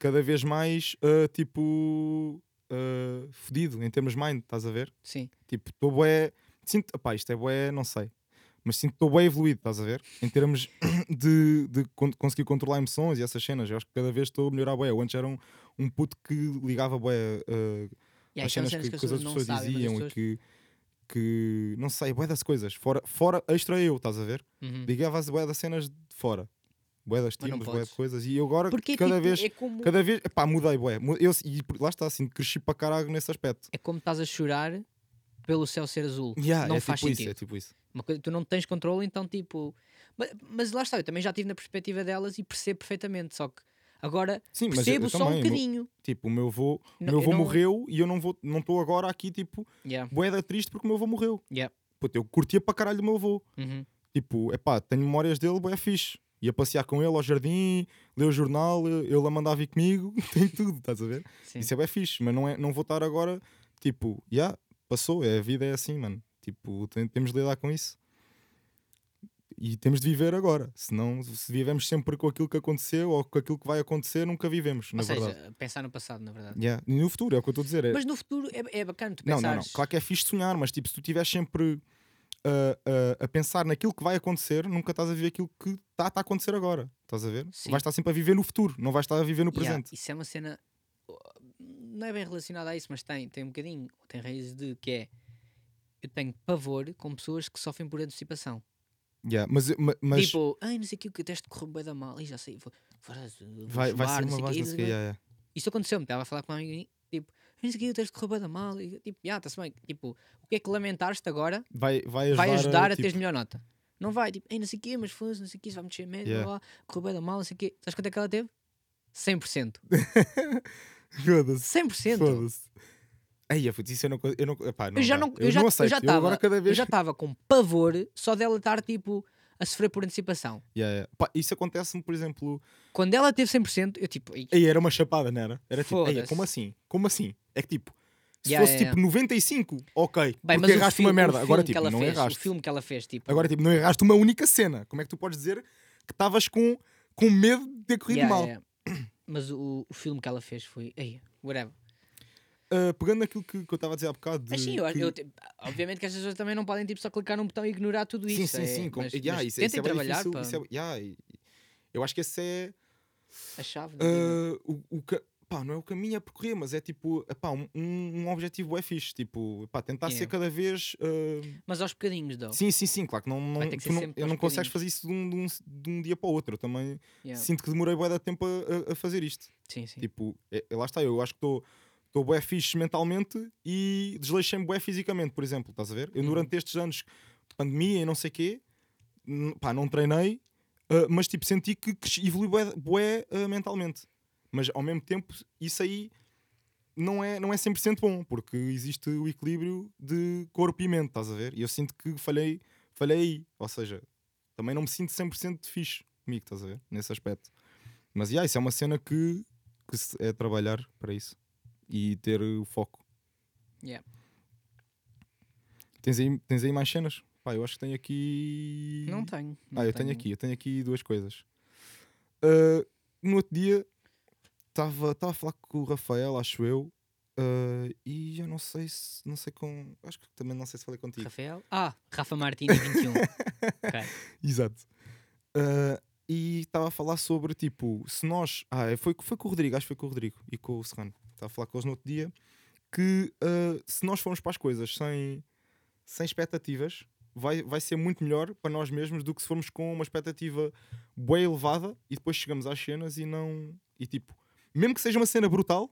cada vez mais ah, tipo, ah, fodido em termos mind, estás a ver?
Sim.
Tipo, estou bué, sinto, opá, isto é bué, não sei, mas sinto que estou bué evoluído, estás a ver? Em termos de, de con- conseguir controlar emoções e essas cenas, eu acho que cada vez estou a melhorar bué. Eu antes era um, um puto que ligava bué ah,
E aí
as
são
cenas
cenas
que,
que as
que as
pessoas
outras
não
pessoas
sabem. mas as
diziam e
pessoas-
que, que não sei, bué das coisas, fora, fora extra eu, estás a ver?
Uhum.
Ligava-se bué das cenas de fora, bué das
Mas não
times, bué de
podes.
coisas, e eu agora
Porque
cada
tipo,
vez,
é como,
cada vez, pá, mudei, bué, Mu- eu, e por- lá está, assim, cresci para caralho nesse aspecto.
é como estás a chorar pelo céu ser azul.
Yeah,
não
é
faz
tipo
sentido.
isso, é tipo isso.
Uma coisa, tu não tens controle, então tipo. Mas, mas lá está, eu também já estive na perspectiva delas e percebo perfeitamente. Só que agora
Sim, mas eu,
percebo
eu
só
também,
um
o meu-
bocadinho.
tipo, o meu avô, o
Não,
meu
eu
avô
não-
morreu e eu não vou, não estou agora aqui, tipo,
Yeah.
bué da triste porque o meu avô morreu.
Yeah.
Puta, eu curtia para caralho o meu avô.
Uhum.
Tipo, é pá, tenho memórias dele, é fixe. Ia passear com ele ao jardim, ler o jornal, eu- ele a mandava vir comigo, tem tudo, estás a ver?
Sim.
Isso é bem fixe, mas não, é, não vou estar agora, tipo, já, passou, é, a vida é assim, mano. Tipo, tem- temos de lidar com isso. E temos de viver agora, senão se vivemos sempre com aquilo que aconteceu ou com aquilo que vai acontecer, nunca vivemos, na
Ou seja,
verdade.
pensar no passado, na verdade.
Yeah. E no futuro, é o que eu estou a dizer. é-
Mas no futuro é, é bacana tu
não,
pensares.
não, não. Claro que é fixe sonhar, mas tipo, se tu estiveres sempre ah, ah, a pensar naquilo que vai acontecer, nunca estás a viver aquilo que está a acontecer agora. Estás a ver?
Sim.
Vais estar sempre a viver no futuro, não vais estar a viver no
Yeah,
presente.
isso é uma cena. Não é bem relacionada a isso, mas tem, tem um bocadinho. Tem raízes de que é. Eu tenho pavor com pessoas que sofrem por antecipação.
Yeah, Mas, ma- mas
Tipo, ai, não sei o que, o teste correu bem da mal. E já sei, vou, vou, vou
vai, vai
fumar,
ser
não
uma
sei o
voz
quê,
não sei o quê, yeah, yeah.
Isso aconteceu-me, estava a falar com uma amiga minha, tipo, "Ai, não sei o que, o teste correu bem da mal. E, eu, tipo, já, está-se bem. Tipo, o que é que lamentaste agora
Vai, vai ajudar,
vai ajudar a
tipo,
teres melhor nota. Não vai, tipo, ei, não sei o quê, mas foda-se, não sei o quê, isso vai mexer mesmo,
Yeah.
blá, blá, correu bem da mal, não sei o quê. Sabes quanto é que ela teve? 100%.
Foda-se.
100%.
Foda-se. Aí, puto, isso eu não. co- Eu, não, epá, não
Eu já
dá.
não, eu já, eu
aceito.
já estava,
agora cada
eu
vez.
já estava com pavor só dela estar tipo a sofrer por antecipação.
Yeah, yeah. Pá, isso acontece-me, por exemplo.
Quando ela teve 100%, eu tipo, "Ei,
Aí era uma chapada, não era? Era tipo, "Ei,
Foda-se.
como assim? Como assim? É que tipo, se
Yeah,
fosse
yeah,
tipo 95, ok,
bem, mas
porque
o
erraste
filme-
uma merda.
o
Agora
filme que
tipo,
ela
não
fez,
erraste.
o filme que ela fez, tipo,
Agora tipo, não erraste uma única cena. Como é que tu podes dizer que estavas com, com medo de ter corrido
yeah,
mal?
yeah. Mas o, o filme que ela fez foi, ei, whatever.
Ah, pegando naquilo que, que eu estava a dizer há bocado. de
Mas Ah, sim, eu,
que-
eu te- obviamente que as pessoas também não podem tipo, só clicar num botão e ignorar tudo isso.
Sim, sim,
é,
sim. com-
mas-
yeah,
mas
isso,
tentem
isso é bué
trabalhar
difícil,
para
isso é- yeah, e- Eu acho que esse é.
a chave. da vida.
Uh, o, o ca- pá, não é o caminho a percorrer, mas é tipo epá, um, um um objetivo é fixe, tipo, epá, tentar
Yeah.
ser cada vez. uh,
Mas aos bocadinhos, dó.
Sim, sim, sim, claro que não, não,
ter que
tu
ser
não-
sempre
eu
aos
não consegues
bocadinhos.
fazer isso de um, de um- de um dia para o outro. Eu também
Yeah.
sinto que demorei bué de tempo a, a- a fazer isto.
Sim, sim.
Tipo, é- é- lá está, eu acho que estou estou bué fixe mentalmente e desleixei-me bué fisicamente, por exemplo, estás a ver? Eu durante estes anos, pandemia e não sei quê, n- pá, não treinei, ah, mas tipo, senti que cresci- evolui bué, bué, ah, mentalmente. Mas ao mesmo tempo, isso aí não é, não é 100% bom, porque existe o equilíbrio de corpo e mente, estás a ver? E eu sinto que falhei, falhei aí, ou seja, também não me sinto 100% fixe comigo, estás a ver? Nesse aspecto. Mas yeah, isso é uma cena que, que se- é trabalhar para isso e ter o foco.
Yeah.
Tens aí, tens aí mais cenas? Pá, eu acho que tenho aqui.
Não tenho. não
Ah, eu tenho aqui, eu tenho aqui duas coisas. Ah, no outro dia estava a falar com o Rafael, acho eu, ah, e eu não sei se não sei com. Acho que também não sei se falei contigo.
Rafael? Ah, Rafa Martini 21. ok.
Exato. Ah, e estava a falar sobre tipo, se nós. Ah, foi, foi com o Rodrigo, acho que foi com o Rodrigo e com o Serrano. Estava a falar com eles no outro dia que ah, se nós formos para as coisas sem, sem expectativas, vai, vai ser muito melhor para nós mesmos do que se formos com uma expectativa bem elevada e depois chegamos às cenas e não. E tipo, mesmo que seja uma cena brutal,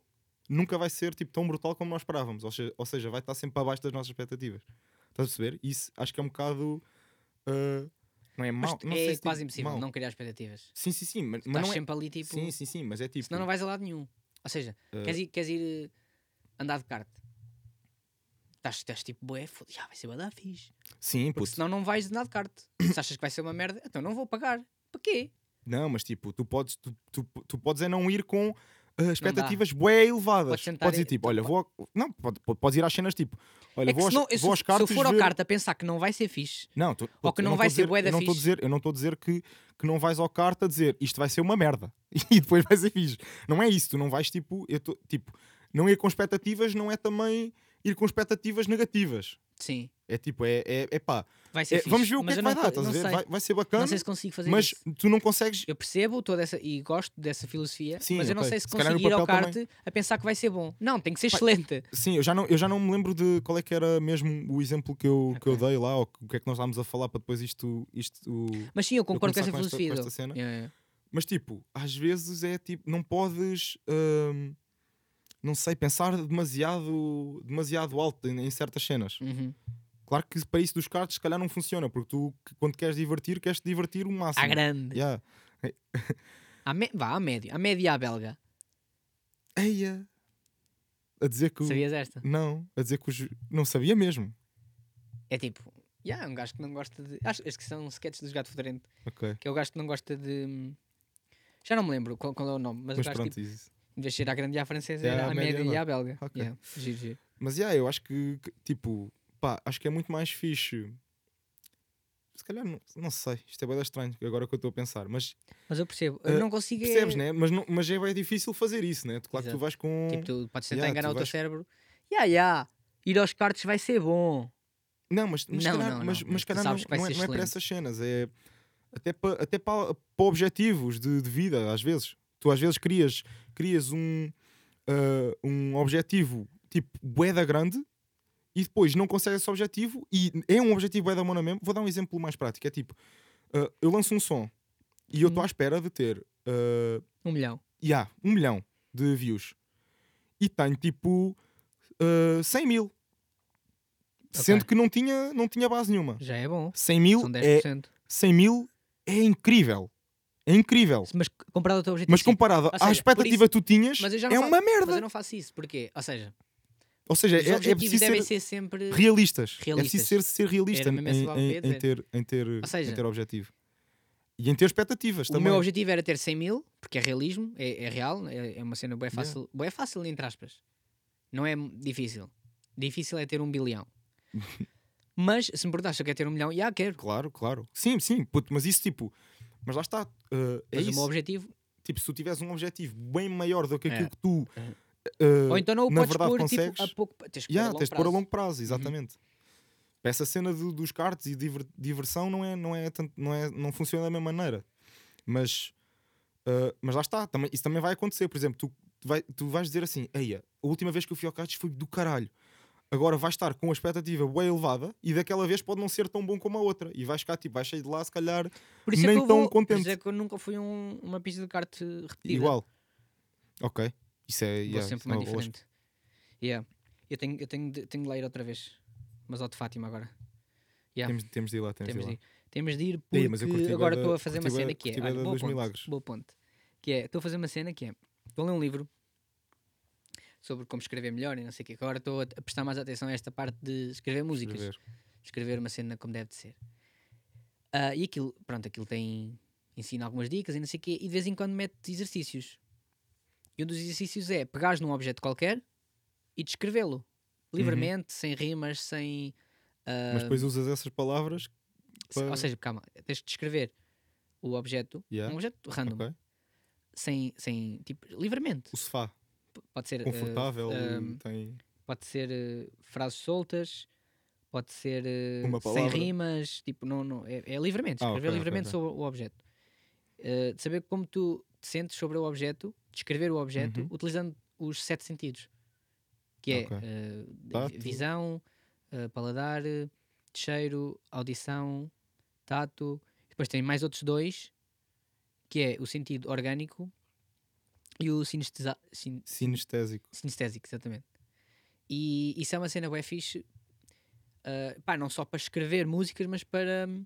nunca vai ser tipo, tão brutal como nós esperávamos. Ou seja, ou seja, vai estar sempre abaixo das nossas expectativas. Estás a perceber? Isso acho que é um bocado. ah, não é
Mas
mau. não sei
é
se digo
quase impossível
mau.
não criar expectativas.
Sim, sim, sim. Mas, mas
Estás
não é.
sempre ali tipo.
Sim, sim, sim. Mas é tipo.
Senão não vais a lado nenhum. Ou seja,
Eh.
queres ir, queres ir eh, andar de kart? Estás, estás tipo, boé, foda já vai ser badá fixe.
Sim,
Porque
puto.
senão não vais andar de kart. Se achas que vai ser uma merda, então não vou pagar. Para quê?
Não, mas tipo, tu podes, tu, tu, tu podes é não ir com ah, expectativas bué elevadas.
Podes
Podes,
tentar ir-
ir tipo, olha, vou. ao- Não, pode, pode- podes ir às cenas tipo, olha,
É que
vou, aos,
senão, eu- se,
vou aos
se eu
cartos.
for ao
ver-
kart a pensar que não vai ser fixe,
Não, tu,
Ou que
eu
não
tô
vai
a
ser
dizer-
bué da
eu não tô a
fixe.
dizer Eu não estou a dizer que, que não vais ao kart a dizer isto vai ser uma merda e depois vai ser fixe. Não é isso, tu não vais tipo, eu tô, tipo, não ir com expectativas não é também ir com expectativas negativas.
sim,
É tipo, é, é, é pá,
vai ser
é,
fixe.
vamos ver o que
Mas
é que
eu
vai
não,
dar,
co-
estás a
não
ver?
sei,
Vai, vai ser
não
bacana,
sei se consigo fazer
mas
isso.
tu não consegues.
Eu percebo toda essa e gosto dessa filosofia,
Sim,
mas eu não
ok.
sei se
Se calhar no
consigo ir ao
papel
kart a pensar que vai ser bom. Não, tem que ser
Pá,
excelente.
Sim, eu já, não, eu já não me lembro de qual é que era mesmo o exemplo que eu, que eu
Ok.
dei lá, ou o que é que nós estávamos a falar para depois isto. isto o...
Mas sim, eu concordo com
começar
essa
com esta-
filosofia.
com esta
Diogo.
cena?
Yeah, yeah.
Mas tipo, às vezes é tipo, não podes, hum, não sei, pensar demasiado, demasiado alto em, em certas cenas.
Uhum.
Claro que para isso dos cards, se calhar não funciona, porque tu, que- quando queres divertir, queres te divertir o máximo.
À grande.
Yeah.
À me- Vá, à média. À média e à belga.
Eia! A dizer que. o-
Sabias esta?
Não, a dizer que os. Não sabia mesmo.
É tipo, já é um gajo que não gosta de. Acho acho que são sketches dos gato fedorento,
Ok.
que é o gajo que não gosta de. hum, Já não me lembro qual, qual é o nome, mas,
Mas
o gajo,
pronto,
tipo,
isso.
em vez de ser à grande e à francesa,
É
era
à
à
média
média
lá.
e à belga.
Ok.
Yeah, giro, giro.
Mas yeah, eu acho que, que, tipo, pá, acho que é muito mais fixe. Se calhar, não, não sei, isto é bem estranho, agora que eu estou a pensar, mas
Mas eu percebo, eu
Eh,
não consigo. é-
percebes, né? Mas, não, mas é bem difícil fazer isso, né? Tu, Claro que
Exato.
tu vais com.
Tipo, tu podes tentar
Yeah,
enganar
tu
o teu
vais-
cérebro. Ya, ya, ir aos cartos vai ser bom.
Não, mas, mas, se
Não,
calhar,
não,
mas,
não,
mas
mas
se
tu
calhar
sabes que vai
não, não, é,
ser
não é para
excelente.
essas cenas, é até para até para, para objetivos de, de vida, às vezes. Tu às vezes crias, crias um, ah, um objetivo tipo boeda grande e depois não consegues esse objetivo e é um objetivo boeda mona mesmo. Vou dar um exemplo mais prático: é tipo, ah, eu lanço um som e eu estou
Hum.
à espera de ter ah,
Um milhão.
e há um milhão de views e tenho tipo ah, 100 mil,
Ok.
sendo que não tinha, não tinha base nenhuma.
Já é bom.
100 mil
São
é
10%.
100 mil é incrível. É incrível.
Mas c- comparado ao teu objetivo.
Mas
sim.
comparado
Ou
à
seja, por
expectativa que tu tinhas,
Mas eu já
é
não
uma
faço- Mas
merda.
eu não faço isso. Porquê? Ou seja,
Ou seja,
os
é, é
objetivos
preciso
devem ser
ser,
sempre.
realistas. É
realistas.
preciso ser, ser realista
Era
em,
mesmo essa palavra que eu ia
em- em
dizer.
ter, em, ter, em
seja,
ter objetivo. E em ter expectativas
O
também.
meu objetivo era ter 100 mil, porque é realismo, é, é real, é, é uma cena bem fácil, bué fácil entre aspas. Não é m- difícil. Difícil é ter um bilhão. Mas se me perguntaste se eu quero ter um milhão, já quero.
Claro, claro. Sim, sim, puto, mas isso tipo. Mas lá está. eh, é
Mas o
isso.
meu objetivo.
Tipo, se tu tiveres um objetivo bem maior do que aquilo
É.
que tu.
É.
eh,
Ou então não o
na
podes
verdade
pôr
consegues.
tipo, a pouco. Tens que
Ya,
pôr a
tens
longo
de pôr a
prazo.
longo prazo, exatamente. Para Essa cena do- dos cartes e diver- diversão não é, não é tanto, não é, não funciona da mesma maneira. Mas, ah, mas lá está, também, isso também vai acontecer. Por exemplo, tu, tu vai, tu vais dizer assim: Eia, a última vez que eu fui ao cartes foi do caralho. Agora vais estar com a expectativa bem elevada e daquela vez pode não ser tão bom como a outra. E vais ficar tipo, vais sair de lá, se calhar,
Por isso
Nem
é que eu
tão
vou, Por
contente.
isso é que eu nunca fui um- uma pista de kart eh, repetida.
igual. Ok. Isso é.
Vou
ya, isso
sempre
é uma
mais
boa lógica.
diferente. Yeah. Eu tenho, eu tenho, de, tenho de lá ir outra vez. Mas ao de Fátima agora. Yeah.
Temos, temos de ir lá, temos,
Temos
de
de
ir
ir. Temos de ir porque
Ei, mas eu curti bué
agora
da-
estou a fazer uma
curti bué-
cena que é.
curti bué
olha,
da
boa
dos
ponto,
milagres.
boa ponto. Que é, estou a fazer uma cena que é. Estou a ler um livro sobre como escrever melhor e não sei o que. Agora estou a, a prestar mais atenção a esta parte de escrever
lá.
músicas.
Escrever.
Escrever uma cena como deve de ser. Ah, e aquilo, pronto, aquilo tem. Ensina algumas dicas e não sei o quê. E de vez em quando mete exercícios. E um dos exercícios é pegares num objeto qualquer e descrevê-lo.
Uhum.
Livremente, sem rimas, sem.
Mas
Um,
depois usas essas palavras.
Se-
Pá.
Ou seja, calma, tens de descrever o objeto,
Yeah,
um objeto random,
ok.
sem, sem, tipo, livremente.
O sofá,
P- Pode ser, eh,
confortável, um,
ehm,
tem.
pode ser eh, frases soltas, pode ser eh,
Uma
sem
palavra.
rimas, tipo, não, não, é, é livremente,
Ah,
escrever
ok, ok,
livremente
ok.
sobre o objeto. Eh, de saber como tu te sentes sobre o objeto, descrever o objeto,
Uhum.
utilizando os sete sentidos, que é
Ok. Tá,
eh,
Tato.
visão, eh, paladar, eh, cheiro, audição, tato. Depois tem mais outros dois, que é o sentido orgânico e o sinestesa- sin-
Sinestésico.
sinestésico, exatamente. E isso é uma cena bué fixe, ah, pá, não só para escrever músicas, mas para hum,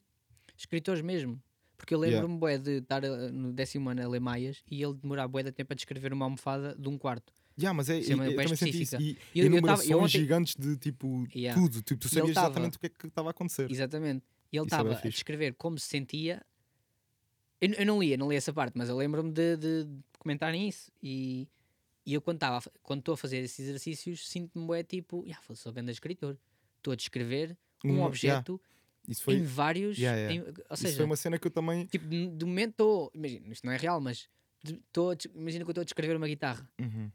escritores mesmo. Porque eu
Yeah.
lembro-me bué de estar ah, no décimo ano a ler Maias e ele demorar bué de tempo a descrever uma almofada de um quarto.
Yeah, mas é,
Isso é
eu,
uma
eu
bem
também senti isso.
específica.
E,
E eu- eu tava- eu
enumerações
ontem-
gigantes de tipo
Yeah.
tudo. Tipo, tu
Ele
sabias
tava-
exatamente o que é que estava a acontecer.
Exatamente. E ele
Isso é bué
estava a
fixe.
descrever como se sentia. Eu, eu não lia, não li essa parte, mas eu lembro-me de, de comentarem isso. E, e eu, quando estava a fa- quando estou a fazer esses exercícios, sinto-me bué tipo, yeah, foda-se, sou grande escritor. Estou a descrever um,
Uma- Hum, yeah,
objeto
isso, foi,
em vários.
Yeah, yeah.
em- ou
isso
seja,
foi uma cena que eu também.
tipo, de, de momento estou. Imagina, isto não é real, mas de- tô a des- imagina que eu estou a descrever uma guitarra.
Uhum.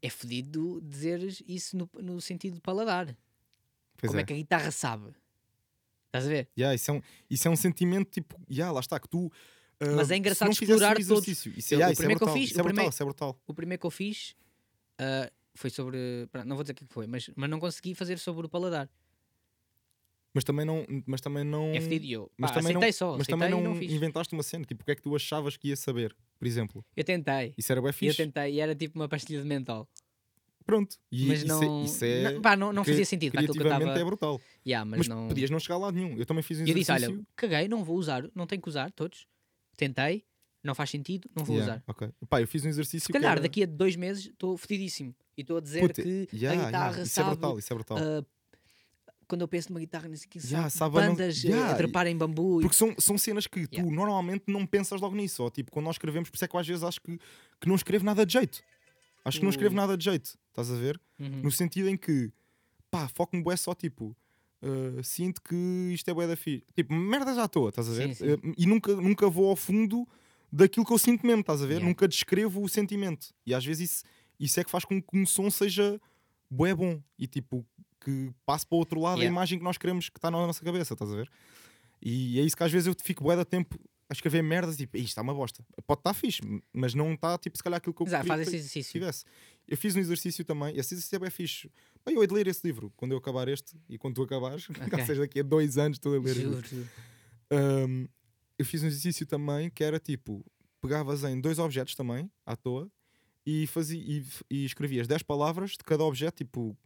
É fodido dizeres isso no, no sentido de paladar.
Pois
Como é.
é.
que a guitarra sabe? Estás a ver?
Yeah, isso, é um, isso é um sentimento tipo. Yeah, lá está, que tu. ah,
Mas é
se não
engraçado
fizeres o
explorar todos.
exercício, Isso é,
Eu-
yeah,
o
isso é
primeiro que eu
brutal.
fiz-
Isso é
o primeiro-
brutal, isso é brutal.
O primeiro que eu fiz ah, foi sobre. pronto, Não vou dizer o que é que foi, mas, mas não consegui fazer sobre o paladar.
Mas também não. Mas também não.
É fedido. E eu
Hum, mas
pá,
também não-
aceitei só,
Mas
aceitei
também
e
não,
não fiz.
inventaste uma cena, tipo, o que é que tu achavas que ia saber, por exemplo?
Eu tentei.
Isso era bem
e Eu
fixe.
tentei e era tipo uma pastilha de mental.
Pronto. E
mas
isso,
não.
é, isso é.
não, pá, não, não
cri-
fazia sentido para aquilo que eu
criativamente
estava.
é brutal.
Yeah, mas
Mas,
não...
podias não chegar a lado nenhum. Eu também fiz um
E eu disse:
exercício.
olha, caguei, não vou usar, não tenho que usar todos. Tentei, não faz sentido, não vou
Yeah,
usar.
ok. Pá, eu fiz um exercício.
Se calhar
que era...
daqui a dois meses estou fodidíssimo e estou a dizer
Puta, é
que
yeah,
a
yeah,
guitarra
Isso é
sabe.
brutal, isso é brutal.
ah, quando eu penso numa guitarra, não sei o que,
Yeah,
sabe,
sabe a não-
bandas
Yeah,
eh, a trepar em bambu. e-
Porque são, são cenas que tu
Yeah.
normalmente não pensas logo nisso. Ou tipo, quando nós escrevemos, por isso é que eu às vezes acho que, que não escrevo nada de jeito. Acho que não escrevo
Uh.
nada de jeito. Estás a ver?
Uhum.
No sentido em que, pá, foco-me bué só tipo. uh, sinto que isto é bué da fixe. Tipo, merdas à toa, estás a ver?
Sim, sim.
Uh, e nunca, nunca vou ao fundo daquilo que eu sinto mesmo, estás a ver?
Yeah.
Nunca descrevo o sentimento. E às vezes isso, isso é que faz com que um som seja bué bom. E tipo, que passe para o outro lado a
Yeah.
imagem que nós queremos que está na nossa cabeça, estás a ver? E é isso que às vezes eu fico bué da tempo a escrever merdas, tipo, isto está uma bosta. Pode estar fixe, mas não está, tipo, se calhar aquilo que eu
Exato,
queria
ah, faz assim
que-
esse
se
exercício.
tivesse. Eu fiz um exercício também, esse exercício é bem fixe. Bem, eu hei de ler esse livro quando eu acabar este e quando tu acabares, ou
Ok.
seja, daqui a dois anos estou a ler.
Juro.
Juro. eu fiz um exercício também que era tipo: pegavas em dois objetos também, à toa, e, fazia, e, f- e escrevias 10 palavras de cada objeto, tipo,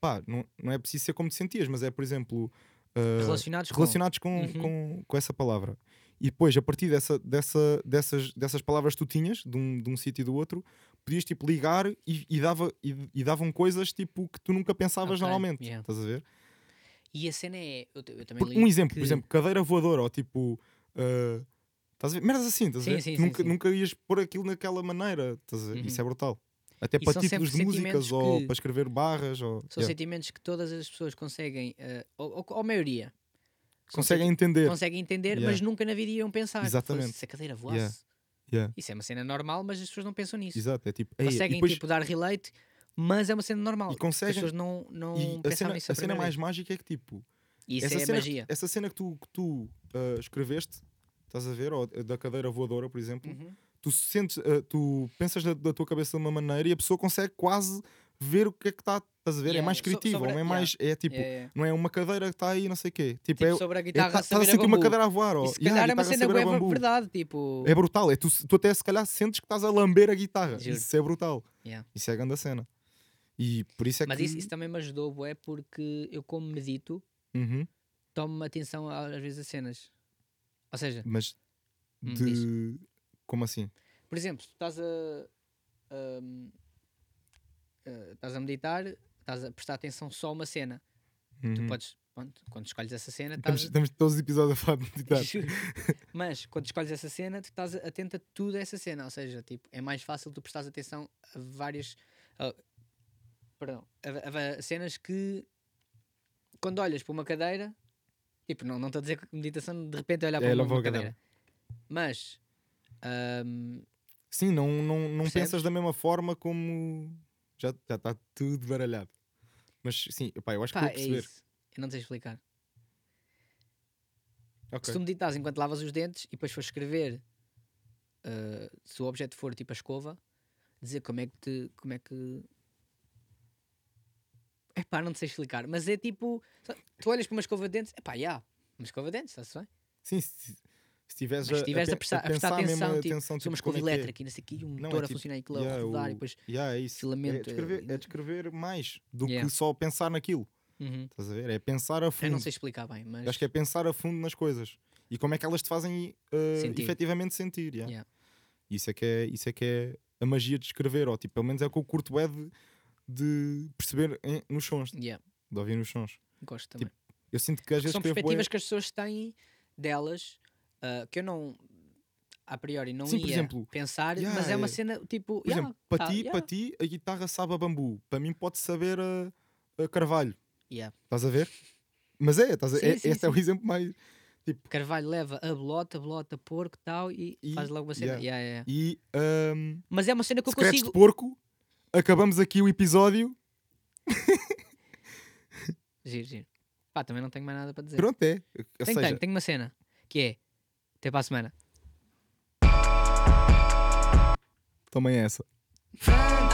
pá, não, não é preciso ser como te sentias, mas é, por exemplo, ah,
Relacionados,
relacionados com,
Uhum.
com, com essa palavra. E depois, a partir dessa, dessa, dessas, dessas palavras que tu tinhas, de um, de um sítio e do outro, podias tipo, ligar e, e, dava, e, e davam coisas tipo, que tu nunca
Ok,
pensavas normalmente.
yeah.
Estás a ver?
com. E a cena é. Eu, te- eu também
Por-
li
um exemplo,
que-
por exemplo, cadeira voadora ou tipo. ah, estás a ver? Merdas assim, estás
Sim,
a ver?
sim,
Tu
sim,
nunca,
sim.
nunca ias pôr aquilo naquela maneira. Estás a ver?
Uhum.
Isso é brutal. Até
E
para
são
títulos de
sempre
músicas
sentimentos
ou
que-
para escrever barras. Ou,
São
yeah.
sentimentos que todas as pessoas conseguem, eh, ou, ou, ou a maioria, são
Conseguem
senti-
entender.
conseguem entender,
Yeah.
mas nunca na vida iam pensar.
Exatamente.
"Foda-se, Se a cadeira voasse.
Yeah. Yeah.
Isso é uma cena normal, mas as pessoas não pensam nisso.
Exato, é tipo. "Ei", e
Conseguem
depois-
tipo dar relate, mas é uma cena normal.
E
porque
conseguem-
As pessoas não, não
e a
pensavam
cena,
nisso.
a cena mais mágica é que tipo.
Isso é
cena
magia.
Que, tu- essa cena que tu, que tu ah, escreveste, estás a ver, ou eh, da cadeira voadora, por exemplo,
Uhum.
tu sentes, ah, tu pensas da, da tua cabeça de uma maneira e a pessoa consegue quase ver o que é que está, estás a ver?
Yeah,
é mais
so-
criativo,
sobre-
é
yeah.
mais, é tipo,
É, é.
não é uma cadeira que está aí, não sei o quê. Tipo,
Tipo,
é,
sobre a
é, tá-
guitarra.
estás a
saber
sentir uma
bambu.
cadeira a voar, ou
E se calhar é uma cena
saber a
boa
bambu.
verdade. Tipo,
É brutal, é tu, tu até se calhar sentes que estás a lamber a guitarra.
Juro.
Isso é brutal.
Yeah.
Isso é a grande cena. E por isso é
Mas
que.
isso, isso também me ajudou, bué, porque eu, como medito,
Uhum.
tomo atenção a- às vezes a cenas. Ou seja,
Mas
Hum,
de. Como assim?
por exemplo, se estás a, ahm, ah, estás a meditar, estás a prestar atenção só a uma cena. Tu
Uhum.
podes, pronto, quando escolhes essa cena,
Estamos,
estás.
estamos todos os episódios a falar de meditar.
Juro. Mas quando escolhes essa cena, tu estás atento a tudo a essa cena. Ou seja, tipo, é mais fácil tu prestares atenção a várias. a- perdão. A, va- a va- cenas que. Quando olhas para uma cadeira. Tipo, não não estou a dizer que meditação de repente é olhar
É,
para
olhar
uma,
para
uma
a cadeira.
cadeira. Mas. ahm,
Sim, não, não, não
Percebes?
pensas da mesma forma como. Já está tudo baralhado. Mas sim, epá, eu acho
pá,
que vou
é
perceber.
isso. Eu não sei explicar.
Ok.
Se tu meditas enquanto lavas os dentes e depois for escrever, ah, se o objeto for tipo a escova, dizer como é que te. Como é que. Epá, não te sei explicar, mas é tipo. sa- Tu olhas para uma escova de dentes, epá, já, uma escova de dentes, está-se bem?
Sim, se
Mas
estiveres
se estiveres a,
pe-
prestar, a prestar
pensar mesmo
atenção,
a
tipo,
atenção,
sou uma
tipo, como
escova
é que é.
elétrica e não sei o quê, e um
Não, é
motor a
tipo,
funcionar e aquilo
yeah,
a rodar
o-
e depois.
Yeah, é isso. É
filamento,
descrever,
eh,
é descrever mais do
Yeah.
que só pensar naquilo.
Uhum.
Estás a ver? É pensar a
Eu
fundo.
não sei explicar bem, mas.
Acho que é pensar a fundo nas coisas e como é que elas te fazem eh,
Sentir.
efetivamente sentir. yeah.
Yeah.
Isso, é que é, isso é que é a magia de escrever, ou tipo, pelo menos é o que eu curto é de, de perceber em- nos sons,
yeah,
de ouvir nos sons.
gosto também.
Eu sinto que Tipo, às
Porque
vezes
são
escrevo bué-
perspectivas que as pessoas têm delas ah, que eu não a priori não
Sim,
ia
por exemplo,
pensar,
yeah,
mas é uma
é.
cena tipo,
Por exemplo, para, ti, para ti a guitarra sabe a bambu, para mim pode saber a, a carvalho.
Yeah.
Estás a ver? Mas é, estás a-
Sim,
é-
sim,
esse é o exemplo mais.
Carvalho leva a bolota, bolota, porco tal, e,
E-
faz logo uma cena.
yeah.
Yeah, yeah, yeah.
E ahm,
Mas é uma cena que eu
secretos
consigo.
de porco, acabamos aqui o episódio.
Giro, giro. Pá, também não tenho mais nada para dizer.
tipo Pronto, é. Ou
tenho,
seja,
tenho, tenho uma cena que é até para a semana.
também é essa.
Tchau.